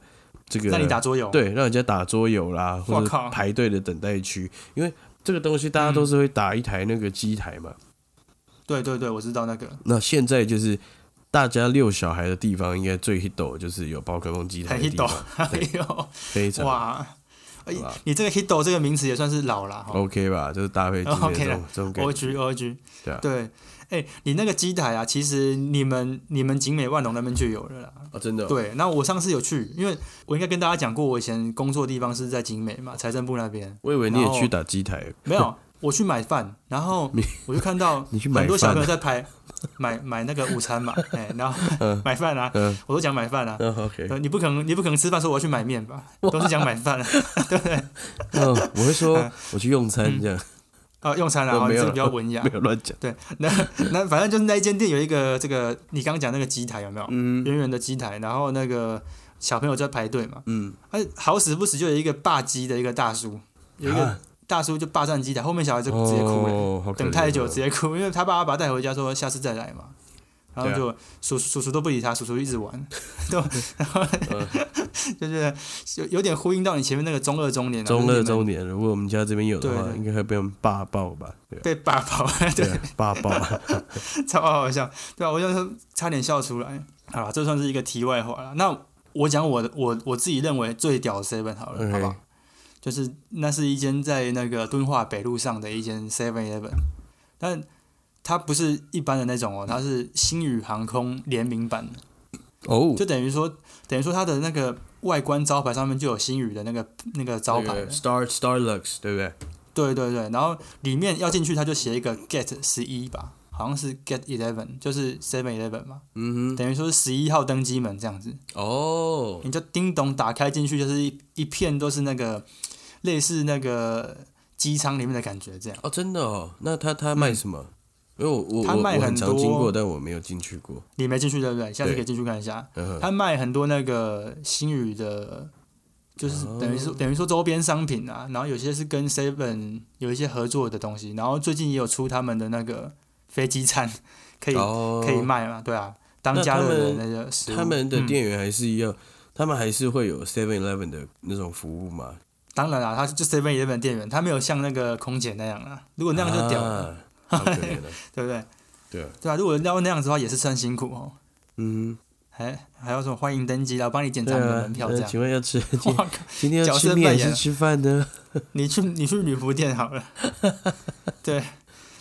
这个嗯让你打桌游，，对，让人家打桌游啦，我或者靠嗯排队的等待区，因为这个东西大家都是会打一台那个机台嘛。对对对，我知道那个那现在就是大家遛小孩的地方，应该最 hit 的就是有宝可梦机台很的 hit 地斗，<laughs> 方，哎呦，非常哇，哎好吧你这个 hit 斗这个名词也算是老了哈， OK 吧？就是搭配今天 <laughs> OK 啊这种啦这种感 O 觉， G O G，对啊对，哎、你那个机台啊，其实你们你们景美万隆那边就有了啦。哦，真的哦，对，那我上次有去，因为我应该跟大家讲过，我以前工作地方是在景美嘛，财政部那边。我以为你也然后去打机台，没 <laughs> 有，我去买饭，然后我就看到你去买很多小饭朋友 <laughs> 在拍买买那个午餐嘛，哎、然后买饭啊，嗯我都讲买饭啊。嗯，OK， <laughs> 呃你不可能，你不可能吃饭说我要去买面吧？都是讲买 <laughs> 饭啊，嗯，我会说我去用餐这样，啊用餐啊，我哦没你有是比较文雅没。有乱讲，对，那那反正就是那一间店有一个这个你刚刚讲那个机台有没有？嗯圆圆的机台，然后那个小朋友在排队嘛，嗯，哎，好死不死就有一个霸机的一个大叔，有一个啊大叔就霸占机台，后面小孩就直接哭了，哦，好可等怜太久哦嗯直接哭，因为他爸爸把他带回家说下次再来嘛，然后就、叔叔叔都不理他，叔叔一直 <laughs> 玩，都然后嗯 <laughs> 就是有有点呼应到你前面那个中二中年、啊，就中是二你们周年，如果我们家这边有的对话，对应该会被我们霸爆吧？对啊，被霸跑， <laughs> 对对，啊，霸 <laughs> 爆，超好笑，对啊，我就是差点笑出来。好了，这算是一个题外话了。那我讲我的我我自己认为最屌的 Seven 好了 OK 好不好？就是那是一间在那个敦化北路上的一间 Seven Eleven，但它不是一般的那种哦，它是星宇航空联名版的，哦，就等于说等于说它的那个外观招牌上面就有星宇的那个那个招牌那了，个 Star Star Lux 对不对？对对对，然后里面要进去，它就写一个 Get 十一吧，好像是 Get Eleven，就是 Seven Eleven 嘛。嗯哼，等于说是十一号登机门这样子，哦，你就叮咚打开进去，就是一一片都是那个类似那个机舱里面的感觉这样。哦，真的哦，那他他卖什么？因为我我嗯他我卖我很常经过，多但我没有进去过。你没进去对不对？下次对可以进去看一下。嗯哼，他卖很多那个星宇的，就是哦等于说、等于说周边商品啊，然后有些是跟 Seven 有一些合作的东西，然后最近也有出他们的那个飞机餐，可以、哦可以卖嘛？对啊，当那家他的们那个食物他们的嗯店员还是一样，他们还是会有 Seven Eleven 的那种服务嘛？当然啦，他就 Seven Eleven 店员，他没有像那个空姐那样啊。如果那样就屌了，啊，好可怜啊！对不对？对啊，对啊，如果要那样子的话，也是算辛苦哦。嗯， <laughs> 还还要什么欢迎登机啦，帮你检对查你的啊门。票这那样。请问要吃今 <laughs> 哇靠今天要角吃色面还扮演是吃饭呢？ <laughs> 你去你去女仆店 <laughs> 好了。对，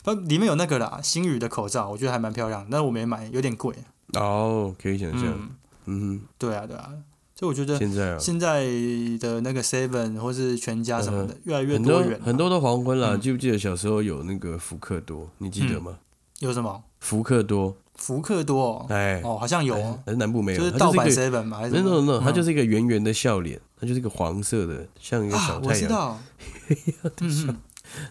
它里面有那个啦，星宇的口罩，我觉得还蛮漂亮的，但是我没买，有点贵。哦，可以想象，嗯，嗯对啊，对啊，所以我觉哼，得现在啊，现在的那个 Seven 或是全家什么的，越来越很多多元啊。很多都黄昏了，嗯记不记得小时候有那个福克多？你记得吗？有什么福克多，福克多哦，哎，哦好像有哦，还是南部没有，就是它盗版一个 Seven 嘛，还是没什有没有么？没有，它嗯就是一个圆圆的笑脸，它就是一个黄色的，像一个啊小，我太知阳， <laughs> 道，嗯嗯，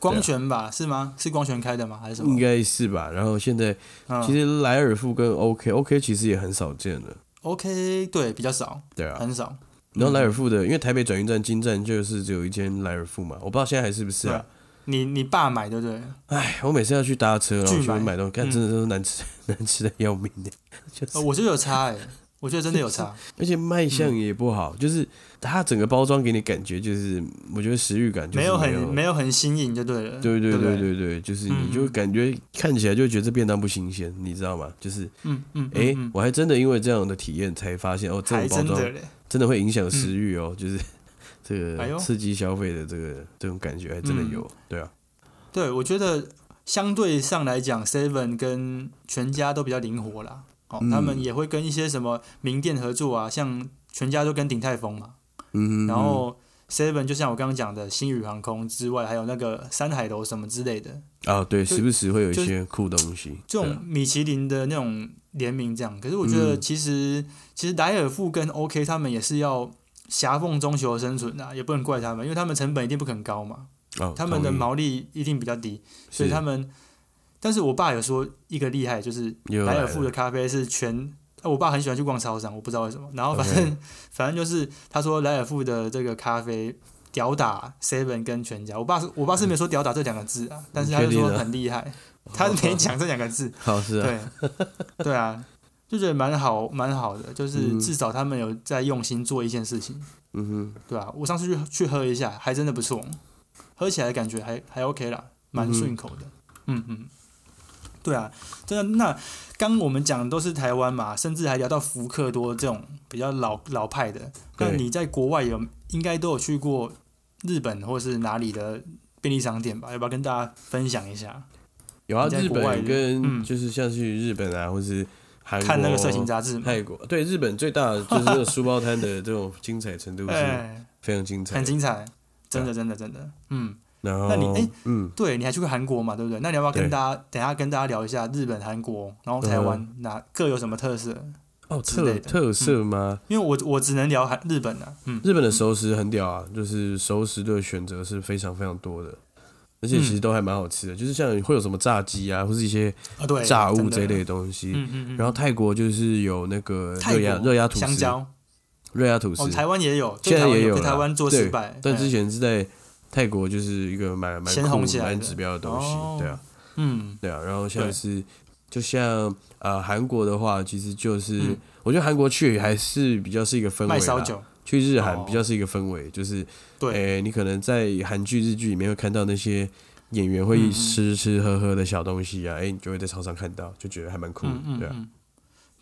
光泉吧，是吗？是光泉开的吗？还是什应么？该是吧？然后现在嗯其实莱尔富跟 OK OK 其实也很少见了， OK，对，比较少，对啊。很嗯少。然后莱尔富的，因为台北转运站金站就是只有一间莱尔富嘛，我不知道现在还是不是对啊。你你爸买对不对？哎，我每次要去搭车，然后巨去买买东西，看嗯真的都是难吃，难吃的要命的。就是呃，我觉得有差哎，我觉得真的有差。而且卖相也不好，就是它整个包装给你感觉就是，我觉得食欲 <laughs> 感就是没有很没有。有很新颖就对了，对对对不对，对对，就是你就嗯感觉看起来就觉得这便当不新鲜，你知道吗？就是嗯嗯，哎嗯，嗯我还真的因为这样的体验才发现哦，这还种包真装的嘞，真的会影响食欲哦， <laughs> 就是这哎个呦刺激消费的这个这种感觉还真的嗯有，对啊，对我觉得相对上来讲，Seven 跟全家都比较灵活啦，哦，嗯他们也会跟一些什么名店合作啊，像全家都跟鼎泰丰嘛，嗯，然后 Seven 就像我刚刚讲的星宇航空之外，还有那个三海楼什么之类的，啊，对，就时不时会有一就些酷东西，这对种啊米其林的那种联名这样。可是我觉得嗯其实、其实莱尔富跟 OK 他们也是要狭缝中求生存啊，也不能怪他们，因为他们成本一定不肯高嘛，哦他们的同意毛利一定比较低，所以是他们。但是我爸有说一个厉害，就是又莱来尔富的了咖啡是全。啊、我爸很喜欢去逛超商，我不知道为什么。然后反正 OK 反正就是他说莱尔富的这个咖啡屌打 Seven 跟全家。我爸是我爸是没有说屌打这两个字啊，但是他就确定说啊很厉害，他没讲这两个字。好是啊，对 <laughs> 对啊，就觉得蛮好蛮好的，就是嗯至少他们有在用心做一件事情，嗯哼，对啊，我上次去去喝一下，还真的不错，喝起来感觉还还 OK 啦，蛮顺口的。嗯嗯，对啊，真的。那刚我们讲的都是台湾嘛，甚至还聊到福克多这种比较老老派的。那对你在国外有应该都有去过日本或是哪里的便利商店吧？要不要跟大家分享一下？有啊，你在日国外本跟嗯就是像去日本啊，或是韩国看那个色情杂志嘛，泰国，对日本最大的就是那个书包摊的这种精彩程度 <laughs> 是哎，非常精彩很的。精彩，真的真的真的，嗯。然后，那你哎嗯，对，你还去过韩国嘛，对不对？那你要不要跟对大家等一下跟大家聊一下日本、韩国，然后台湾嗯哪各有什么特色？哦，之类特的嗯特色吗？因为我我只能聊韩日本的、嗯，日本的熟食很屌啊，就是熟食的选择是非常非常多的，嗯而且其实都还蛮好吃的，就是像会有什么炸鸡啊，或是一些啊对，炸物真的这一类的东西。嗯嗯嗯。然后泰国就是有那个泰热压国热压吐香司，蕉，热压吐司哦，，台湾也有，现在在也有有，在啦台湾做失败，但之哎前是在泰国就是一个蛮蛮先酷红起来的蛮指标的东西，哦对啊，嗯对啊。然后像对是就像呃韩国的话，其实就是、嗯我觉得韩国去还是比较是一个氛围卖烧啦，酒，去日韩哦比较是一个氛围，就是对，诶、你可能在韩剧日剧里面会看到那些。演员会嗯嗯吃吃喝喝的小东西啊，哎、你就会在超商看到，就觉得还蛮酷的嗯，嗯对啊，嗯，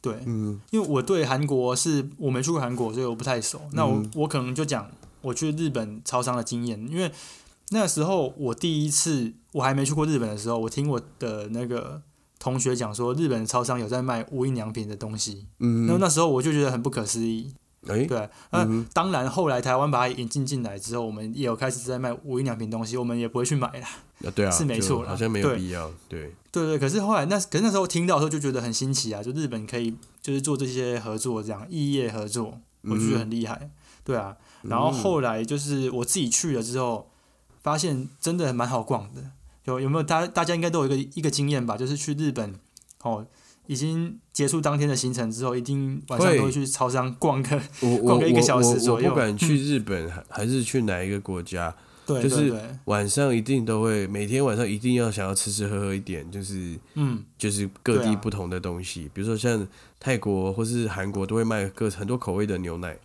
对，嗯，因为我对韩国是我没去过韩国，所以我不太熟。那嗯我我可能就讲我去日本超商的经验，因为那时候我第一次我还没去过日本的时候，我听我的那个同学讲说，日本超商有在卖无印良品的东西，嗯那、后那时候我就觉得很不可思议。哎，对，啊那、嗯，当然后来台湾把它引进进来之后，我们也有开始在卖无印良品东西，我们也不会去买啦。啊对啊，是没就错啦好像没有对必要，对，对对，可是后来那可是那时候听到的时候就觉得很新奇啊，就日本可以就是做这些合作这样，异业合嗯作，我就觉得很厉害。对啊，然后后来就是我自己去了之后，发现真的蛮好逛的。有有没有大大家应该都有一个一个经验吧？就是去日本哦，已经结束当天的行程之后，一定晚上会都会去超商逛个。我我逛我个一个小时我左我右嗯不管去日本还还是去哪一个国家，对就对是对，晚上一定都会每天晚上一定要想要吃吃喝喝一点，就是嗯，就是各对地啊不同的东西，比如说像泰国或是韩国都会卖各很多口味的牛奶，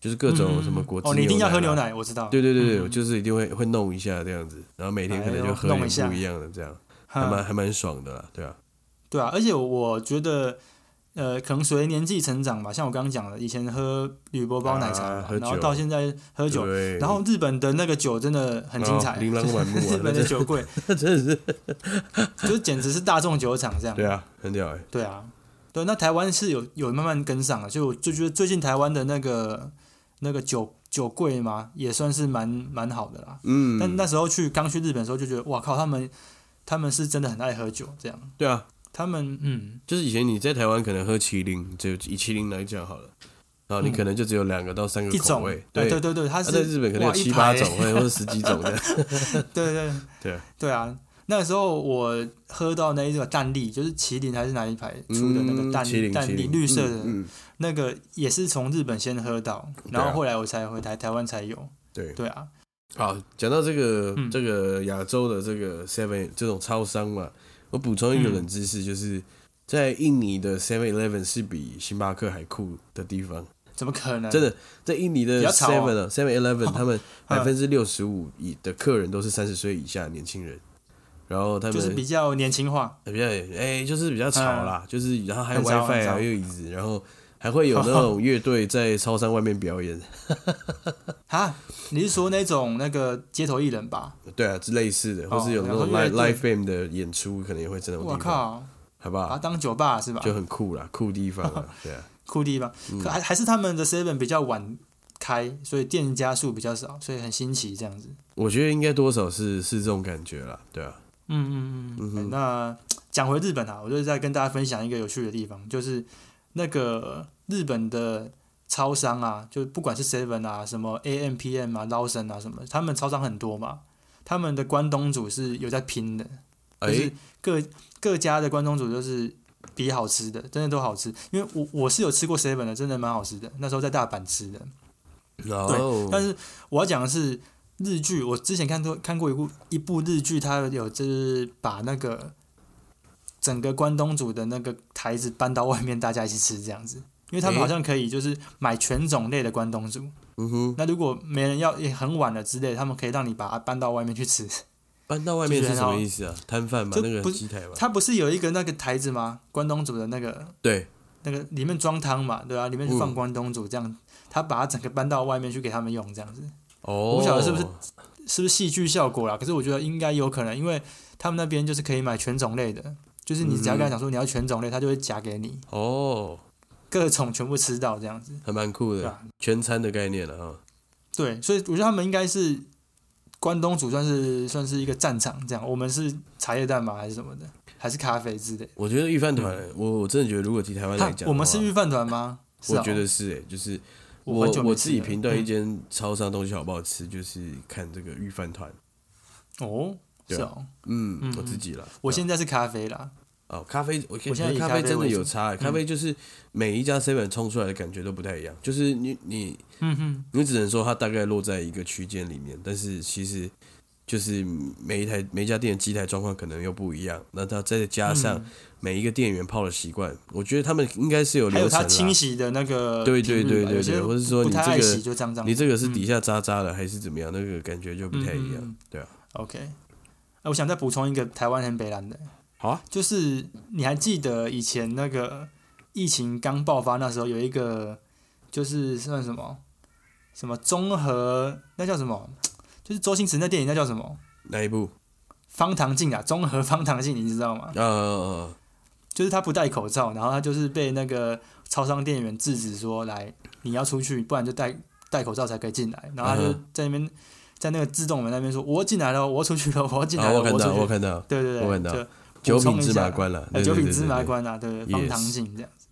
就是各种嗯什么果汁、哦，你一定要喝牛奶啦。啊奶，我知道。对对对对，嗯我就是一定会会弄一下这样子，然后每天可能哎就呦喝弄点一下不一样的这样，还嗯蛮还蛮爽的啦，对啊，对啊，而且我觉得，呃，可能随着年纪成长吧，像我刚刚讲的，以前喝铝箔包奶茶嘛、啊喝然后酒到现在喝酒，对，然后日本的那个酒真的很精彩，哦琳琅满目啊 <laughs> 日本的酒柜真的是 <laughs> 就简直是大众酒厂这样。对啊，很屌哎、对啊，对，那台湾是有有慢慢跟上了，就我就觉得最近台湾的那个那个酒酒柜嘛，也算是蛮蛮好的啦。嗯，但那时候去刚去日本的时候，就觉得哇靠，他们他们是真的很爱喝酒，这样，对啊，他们嗯，就是以前你在台湾可能喝麒麟，只有以麒麟来讲好了，然后你可能就只有两个到三个一口种，哎味，对对对对对，它啊是、在日本可能有哇一七排八种或者或者十几种的，对对 <laughs> 对对啊！那时候我喝到那一个蛋力，就是麒麟还是哪一排 <laughs> 出的那个蛋嗯麒麟蛋麒力麟绿色的、嗯，嗯那个，也是从日本先喝到，对啊然后后来我才回台台湾才有。对。对啊，好，讲到这个、嗯这个亚洲的这个 Seven 这种超商嘛，我补充一个冷知识，就是在印尼的 Seven Eleven 是比星巴克还酷的地方，怎么可能？真的，在印尼的嗯比较潮哦 Seven 啊 <laughs> Seven Eleven 他们百嗯分之六十五以的客人都是三十岁以下的年轻人，然后他们就是比较年轻化，比较哎、就是比较吵啦，就是然后还有很吵很 WiFi 啊，吵还有椅子，然后还会有那种乐队在超商外面表演，哈，你是说那种那个街头艺人吧？对啊，之类似的，哦或是有那种然后乐 live 队 live band 的演出，可能也会在那种我地方，靠，好不把它好？当酒吧是吧？啊就很酷啦，酷地方 <laughs> 啊，对啊，酷地方，可还还是他们的 Seven 比较晚开，所以店家数比较少，所以很新奇这样子。我觉得应该多少是是这种感觉啦，对啊，嗯嗯嗯嗯。那讲回日本啊，我就是再跟大家分享一个有趣的地方，就是那个日本的超商啊，就不管是 Seven 啊、什么 AM、PM 啊、Lawson 啊什么，他们超商很多嘛。他们的关东煮是有在拼的，哎、就是各、各家的关东煮就是比好吃的，真的都好吃。因为我我是有吃过 Seven 的，真的蛮好吃的。那时候在大阪吃的，然对后但是我要讲的是日剧，我之前看过看过一部一部日剧，它有就是把那个整个关东煮的那个台子搬到外面，大家一起吃这样子。因为他们诶好像可以就是买全种类的关东煮，嗯哼，那如果没人要也很晚了之类，他们可以让你把它搬到外面去吃。搬到外面就是觉得什么很好意思啊？摊贩嘛，就那个不是机台嘛，它不是有一个那个台子吗？关东煮的那个对，那个里面装汤嘛，对吧、啊里面放关东煮这样，他把它整个搬到外面去给他们用这样子。哦，我不晓得是不是是不是戏剧效果啦？可是我觉得应该有可能，因为他们那边就是可以买全种类的，就是你只要跟他讲说你要全种类，他就会夹给你，哦，各种全部吃到这样子。还蛮酷对的啊，全餐的概念了啊。对，所以我觉得他们应该是关东煮算是算是一个战场这样，我们是茶叶蛋嘛还是什么的，还是咖啡之类的。我觉得御饭团，我我真的觉得，如果提台湾来哈讲的嗯话，我们是预饭团吗？是啊、 <laughs> 我觉得是诶、就是我我很久没我吃自己了评断嗯一间超商东西好不好吃，就是看这个御饭团。哦，对啊是哦，嗯嗯，我自己啦，我对啊现在是咖啡啦。哦，咖啡，我可以我现在以咖咖啡啡真的为有主嗯差、欸，咖啡就是每一家 seven 冲出来的感觉都不太一样，就是你你嗯哼，你只能说它大概落在一个区间里面，但是其实就是每一台每一家店的机台状况可能又不一样，那它再加上嗯每一个店员泡的习惯，我觉得他们应该是有还流有程它啦。清洗的那个对对频率对吧对有些对或者说不你太这爱个洗就脏脏的。你这个是底下渣渣的还是怎么样？那个感觉就不太一样，嗯嗯嗯嗯对啊。 OK，哎我想再补充一个台湾很北蓝的，好啊，就是你还记得以前那个疫情刚爆发那时候，有一个就是算什么什么综合那叫什么，就是周星驰那电影那叫什么哪一部？方唐镜啊，综合方唐镜，你知道吗？呃，就是他不戴口罩，然后他就是被那个超商店员制止说，来你要出去，不然就戴戴口罩才可以进来。然后他就嗯在那边、在那个自动门那边说，我要进来了，我要出去了，我要进来啊，了，我看要出到，去我了。看到对对对，我看到就九补充品一芝麻下官了，呃对九对品对芝对麻对官啊，对， Yes 方唐镜这样子，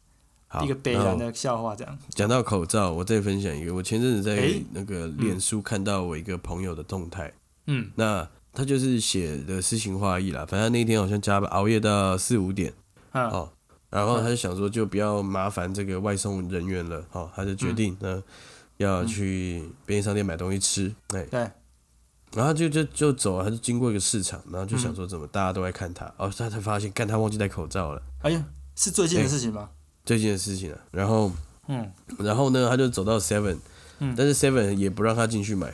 好一个北然南后的笑话这样。讲到口罩，我再分享一个，我前阵子在诶那个脸书看到我一个朋友的动态，嗯那他就是写的诗情画意啦，反正他那一天好像加班熬夜到四五点，嗯哦，然后他就想说就不要麻烦这个外送人员了，哦，他就决定嗯呢、要去便利商店买东西吃，哎，对，然后就就就走了，他就经过一个市场，然后就想说怎么大家都在看他，哦，他才发现干他忘记戴口罩了哎呀，是最近的事情吗？这件事情啊，然后嗯，然后呢他就走到 Seven，、嗯但是 Seven 也不让他进去买，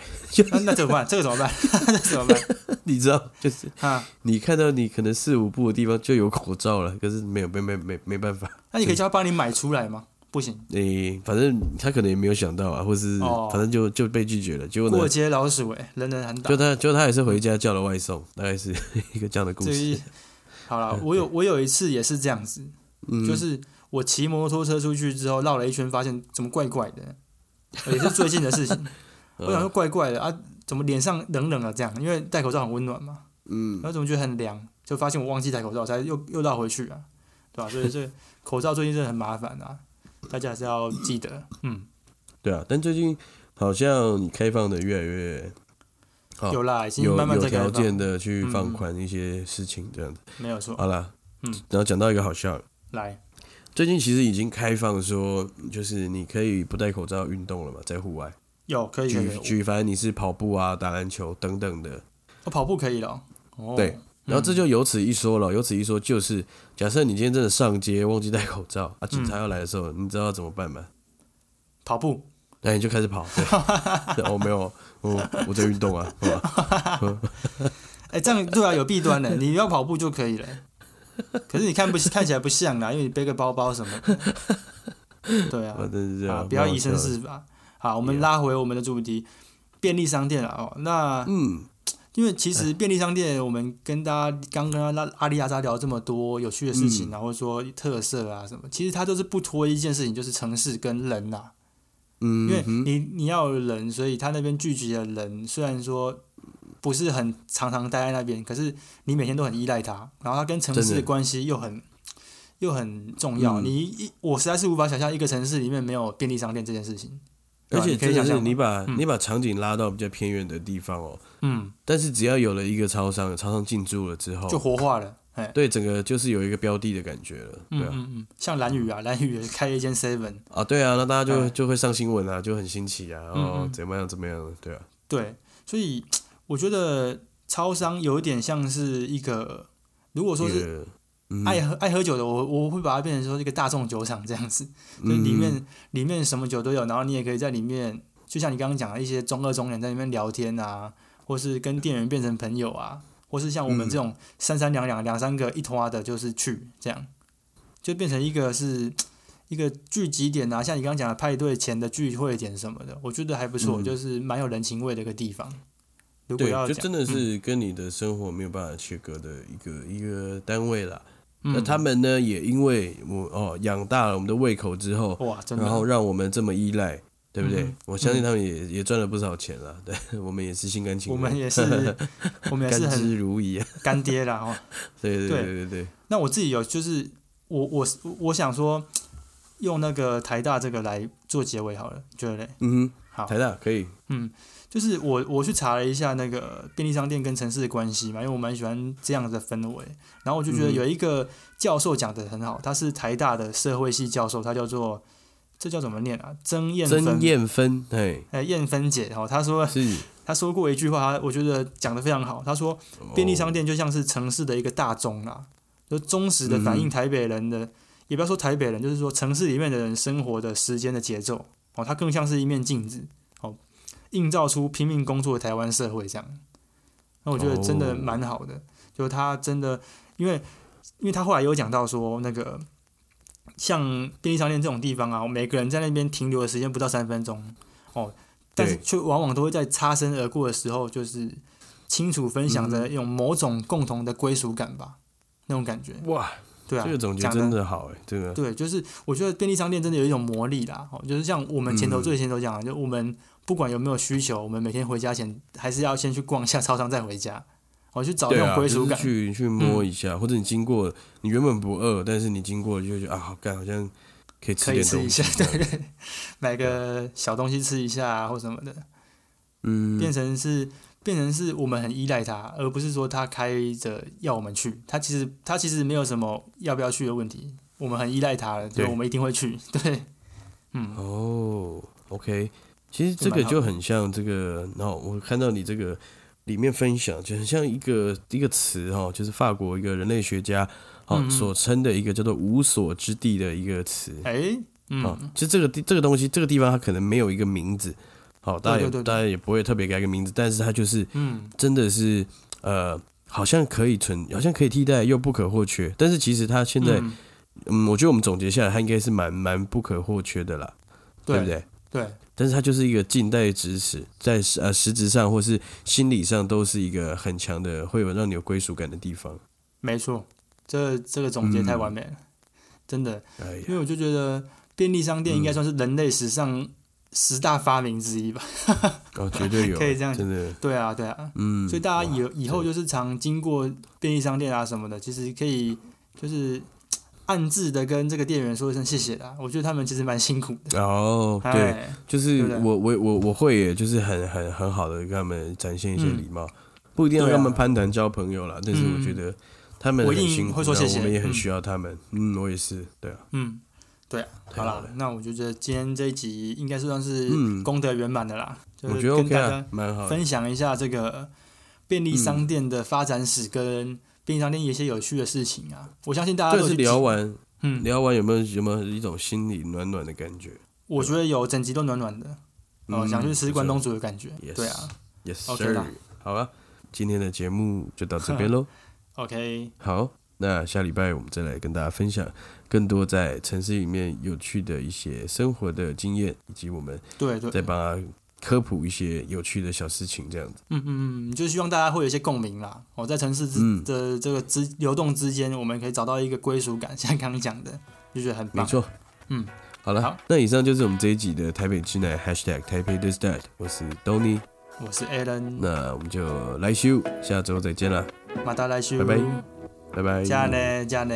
那那怎么办？这个怎么办？ <laughs> 那怎么办？你知道就是啊，你看到你可能四五步的地方就有口罩了，可是没有没没没没办法，那你可以叫他帮你买出来吗？不行，诶、反正他可能也没有想到啊，或是哦反正就就被拒绝了。结果呢过，街老鼠哎、人人喊打就。他就他也是回家叫了外送，大概是 <laughs> 一个这样的故这事呃个。好了，我有我有一次也是这样子，嗯，就是我骑摩托车出去之后绕了一圈，发现怎么怪怪 <laughs> 的，也是最近的事情。我嗯想说怪怪的啊，怎么脸上冷冷的这样？因为戴口罩很温暖嘛，嗯然，后怎么觉得很凉？就发现我忘记戴口罩，才又又绕回去啊，对吧、 <laughs> 所以这个口罩最近真的很麻烦啊，大家还是要记得。嗯，对啊。但最近好像你开放的越来越好有啦，已经哦有慢慢有在改条放，件的去放嗯宽一些事情，这样子。没有错。好啦，嗯，然后讲到一个好笑的，来，最近其实已经开放说，就是你可以不戴口罩运动了嘛，在户外。有可以可以可举以，举，凡你是跑步啊、打篮球等等的，我跑步可以了。哦，对，然后这就由此一说了，由此一说就是，假设你今天真的上街忘记戴口罩啊，警察要来的时候，你知道要怎么办吗？跑步那你就开始跑，对，我、哦、没有，我我在运动啊，好吧，哎、这样对啊，有弊端呢。你要跑步就可以了，可是你看不看起来不像啦，因为你背个包包什么的。对啊，反正是这啊样，，不要以蛮身好笑的，试法。好，我们拉回我们的主题，便利商店啊。哦，那嗯，因为其实便利商店，我们跟大家刚刚拉阿里阿扎聊这么多有趣的事嗯情，然后说特色啊什么，其实它都是不脱一件事情，就是城市跟人啊呐、嗯，因为你你要有人，所以他那边聚集的人虽然说不是很常常待在那边，可是你每天都很依赖他，然后他跟城市真的的关系又很又很重要。嗯你一我实在是无法想象一个城市里面没有便利商店这件事情。对而吧且你可以真想的是象嗯你吗，把、你把场景拉到比较偏远的地方哦，嗯，但是只要有了一个超商，超商进驻了之后，就活化了。哎，对整个就是有一个标的的感觉了，对嗯啊，嗯嗯，像蓝宇啊，蓝 <laughs> 宇也是开了一间 Seven，啊对啊，那大家就、哎就会上新闻啊，就很新奇啊，嗯哦嗯怎么样怎么样的，对啊，对，所以我觉得超商有一点像是一个，如果说一是哎个嗯爱喝爱喝酒的，我我会把它变成说一个大众酒厂这样子，就嗯里面、里面什么酒都有，然后你也可以在里面，就像你刚刚讲的一些中二中年在里面聊天啊，或是跟店员变成朋友啊，或是像我嗯们这种三三两两两三个一拖的，就是去这样，就变成一个是一个聚集点啊，像你刚刚讲的派对前的聚会点什么的，我觉得还不错，嗯就是蛮有人情味的一个地方。如果对要，就讲嗯真的是跟你的生活没有办法切割的一个、一个单位啦。嗯呃那他们呢，也因为我哦养大了我们的胃口之后，哇，哦真的然后让我们这么依赖，对不对？嗯哼我相信他们也、也赚了不少钱了，对 <laughs> 我们也是心甘情我愿，们也是我们也是 <laughs> 甘很之如饴啊。干爹啦哦。对对对对对对，那我自己有，就是我我我想说，用那个台大这个来做结尾好了，你觉得嘞？嗯好哼，台大可以，嗯，就是我我去查了一下那个便利商店跟城市的关系嘛，因为我蛮喜欢这样的氛围。然后我就觉得嗯有一个教授讲的很好，他是台大的社会系教授，他叫做这叫怎么念啊？曾燕芬曾，艳芬，哎，呃，燕芬姐哦，她说是她说过一句话，我觉得讲的非常好。她说 <laughs> 便利商店，店就像是城市的一个大钟啦，就忠实的反映嗯台北人的，也不要说台北人，就是说城市里面的人生活的时间的节奏哦，它更像是一面镜子哦，映照出拼命工作的台湾社会这样。那我觉得真的哦蛮好的，就是他真的，因为因为他后来有讲到说那个。像便利商店这种地方啊，每个人在那边停留的时间不到三分钟哦，但是对却往往都会在擦身而过的时候，就是清楚分嗯享着一种某种共同的归属感吧，那种感觉。哦哇，对啊，这个总结讲真的好哎，这个对，就是我觉得便利商店真的有一种魔力啦。哦，就是像我们前头嗯最前头讲的，就我们不管有没有需求，我们每天回家前还是要先去逛一下超商再回家，哦，去找那对种啊，归就是属感。嗯去去摸一下，或者你经过，你原本不饿，但是你经过就会觉得啊，好干，好像可以吃可以点吃一东西下，这样。对， <laughs> 买个小东西吃一下、啊、或什么的，嗯，变成是变成是我们很依赖他，而不是说他开着要我们去。他其实他其实没有什么要不要去的问题，我们很依赖他了，对，对我们一定会去。 <laughs> 对，嗯，哦，OK，其实这个就很像这个，然后我看到你这个里面分享，就很像一个一个词哈、哦，就是法国一个人类学家哦嗯嗯所称的一个叫做“无所之地”的一个词哎、嗯，哦，就这个地这个东西，这个地方它可能没有一个名字，好、大家也对对对对大家也不会特别给它一个名字，但是它就是嗯，真的是呃，好像可以存，好像可以替代又不可或缺，但是其实它现在嗯嗯，我觉得我们总结下来，它应该是蛮蛮不可或缺的啦，对对不对？对但是它就是一个近代知识，在呃实质上或是心理上都是一个很强的，会有让你有归属感的地方。没错，这这个总结太嗯完美了，真的。哎呀因，为我就觉得便利商店嗯应该算是人类史上十大发明之一吧。 <laughs> 哦，绝对有，可以这样真的，对啊，对啊，嗯，所以大家以哇以后就是常经过便利商店啊什么的，其实可以就是嘖暗自的跟这个店员说一声谢谢啦。我觉得他们其实蛮辛苦的。哦，对，哎，就是对不对我我我我会耶，就是很很很好的跟他们展现一些嗯礼貌，不一定要对啊跟他们攀谈交朋友啦，但是我觉得他们我一很定辛苦，会说然后谢谢我们也很嗯需要他们。嗯，我也是，对啊，嗯，太好好啦了，，那我觉得今天这一集应该是算是嗯功德圆满的啦，我就觉是得跟 OK 大家啊，蛮好的。分享一下这个便利商店的发展史跟便利商店一些有趣的事情啊。我相信大家嗯这都次是聊完嗯，聊完有没有有没有一种心里暖暖的感觉？我觉得有整集都暖暖的，哦，嗯想去吃关不错东煮的感觉。 Yes 对啊 Yes OK sir，啦好啊，今天的节目就到这边喽。 ，OK，好，那下礼拜我们再来跟大家分享更多在城市里面有趣的一些生活的经验，以及我们对对，再帮他科普一些有趣的小事情，这样子。嗯嗯嗯，就希望大家会有一些共鸣啦。哦，在城市之、嗯的这个之流动之间，我们可以找到一个归属感，像刚刚讲的，就觉得很没棒。错，嗯，好了好，那以上就是我们这一集的台北之南 Hashtag 台北 This That，我是 Tony，我是 Alan，那我们就来修，下周再见啦，马达来修，拜拜拜拜。加呢加呢。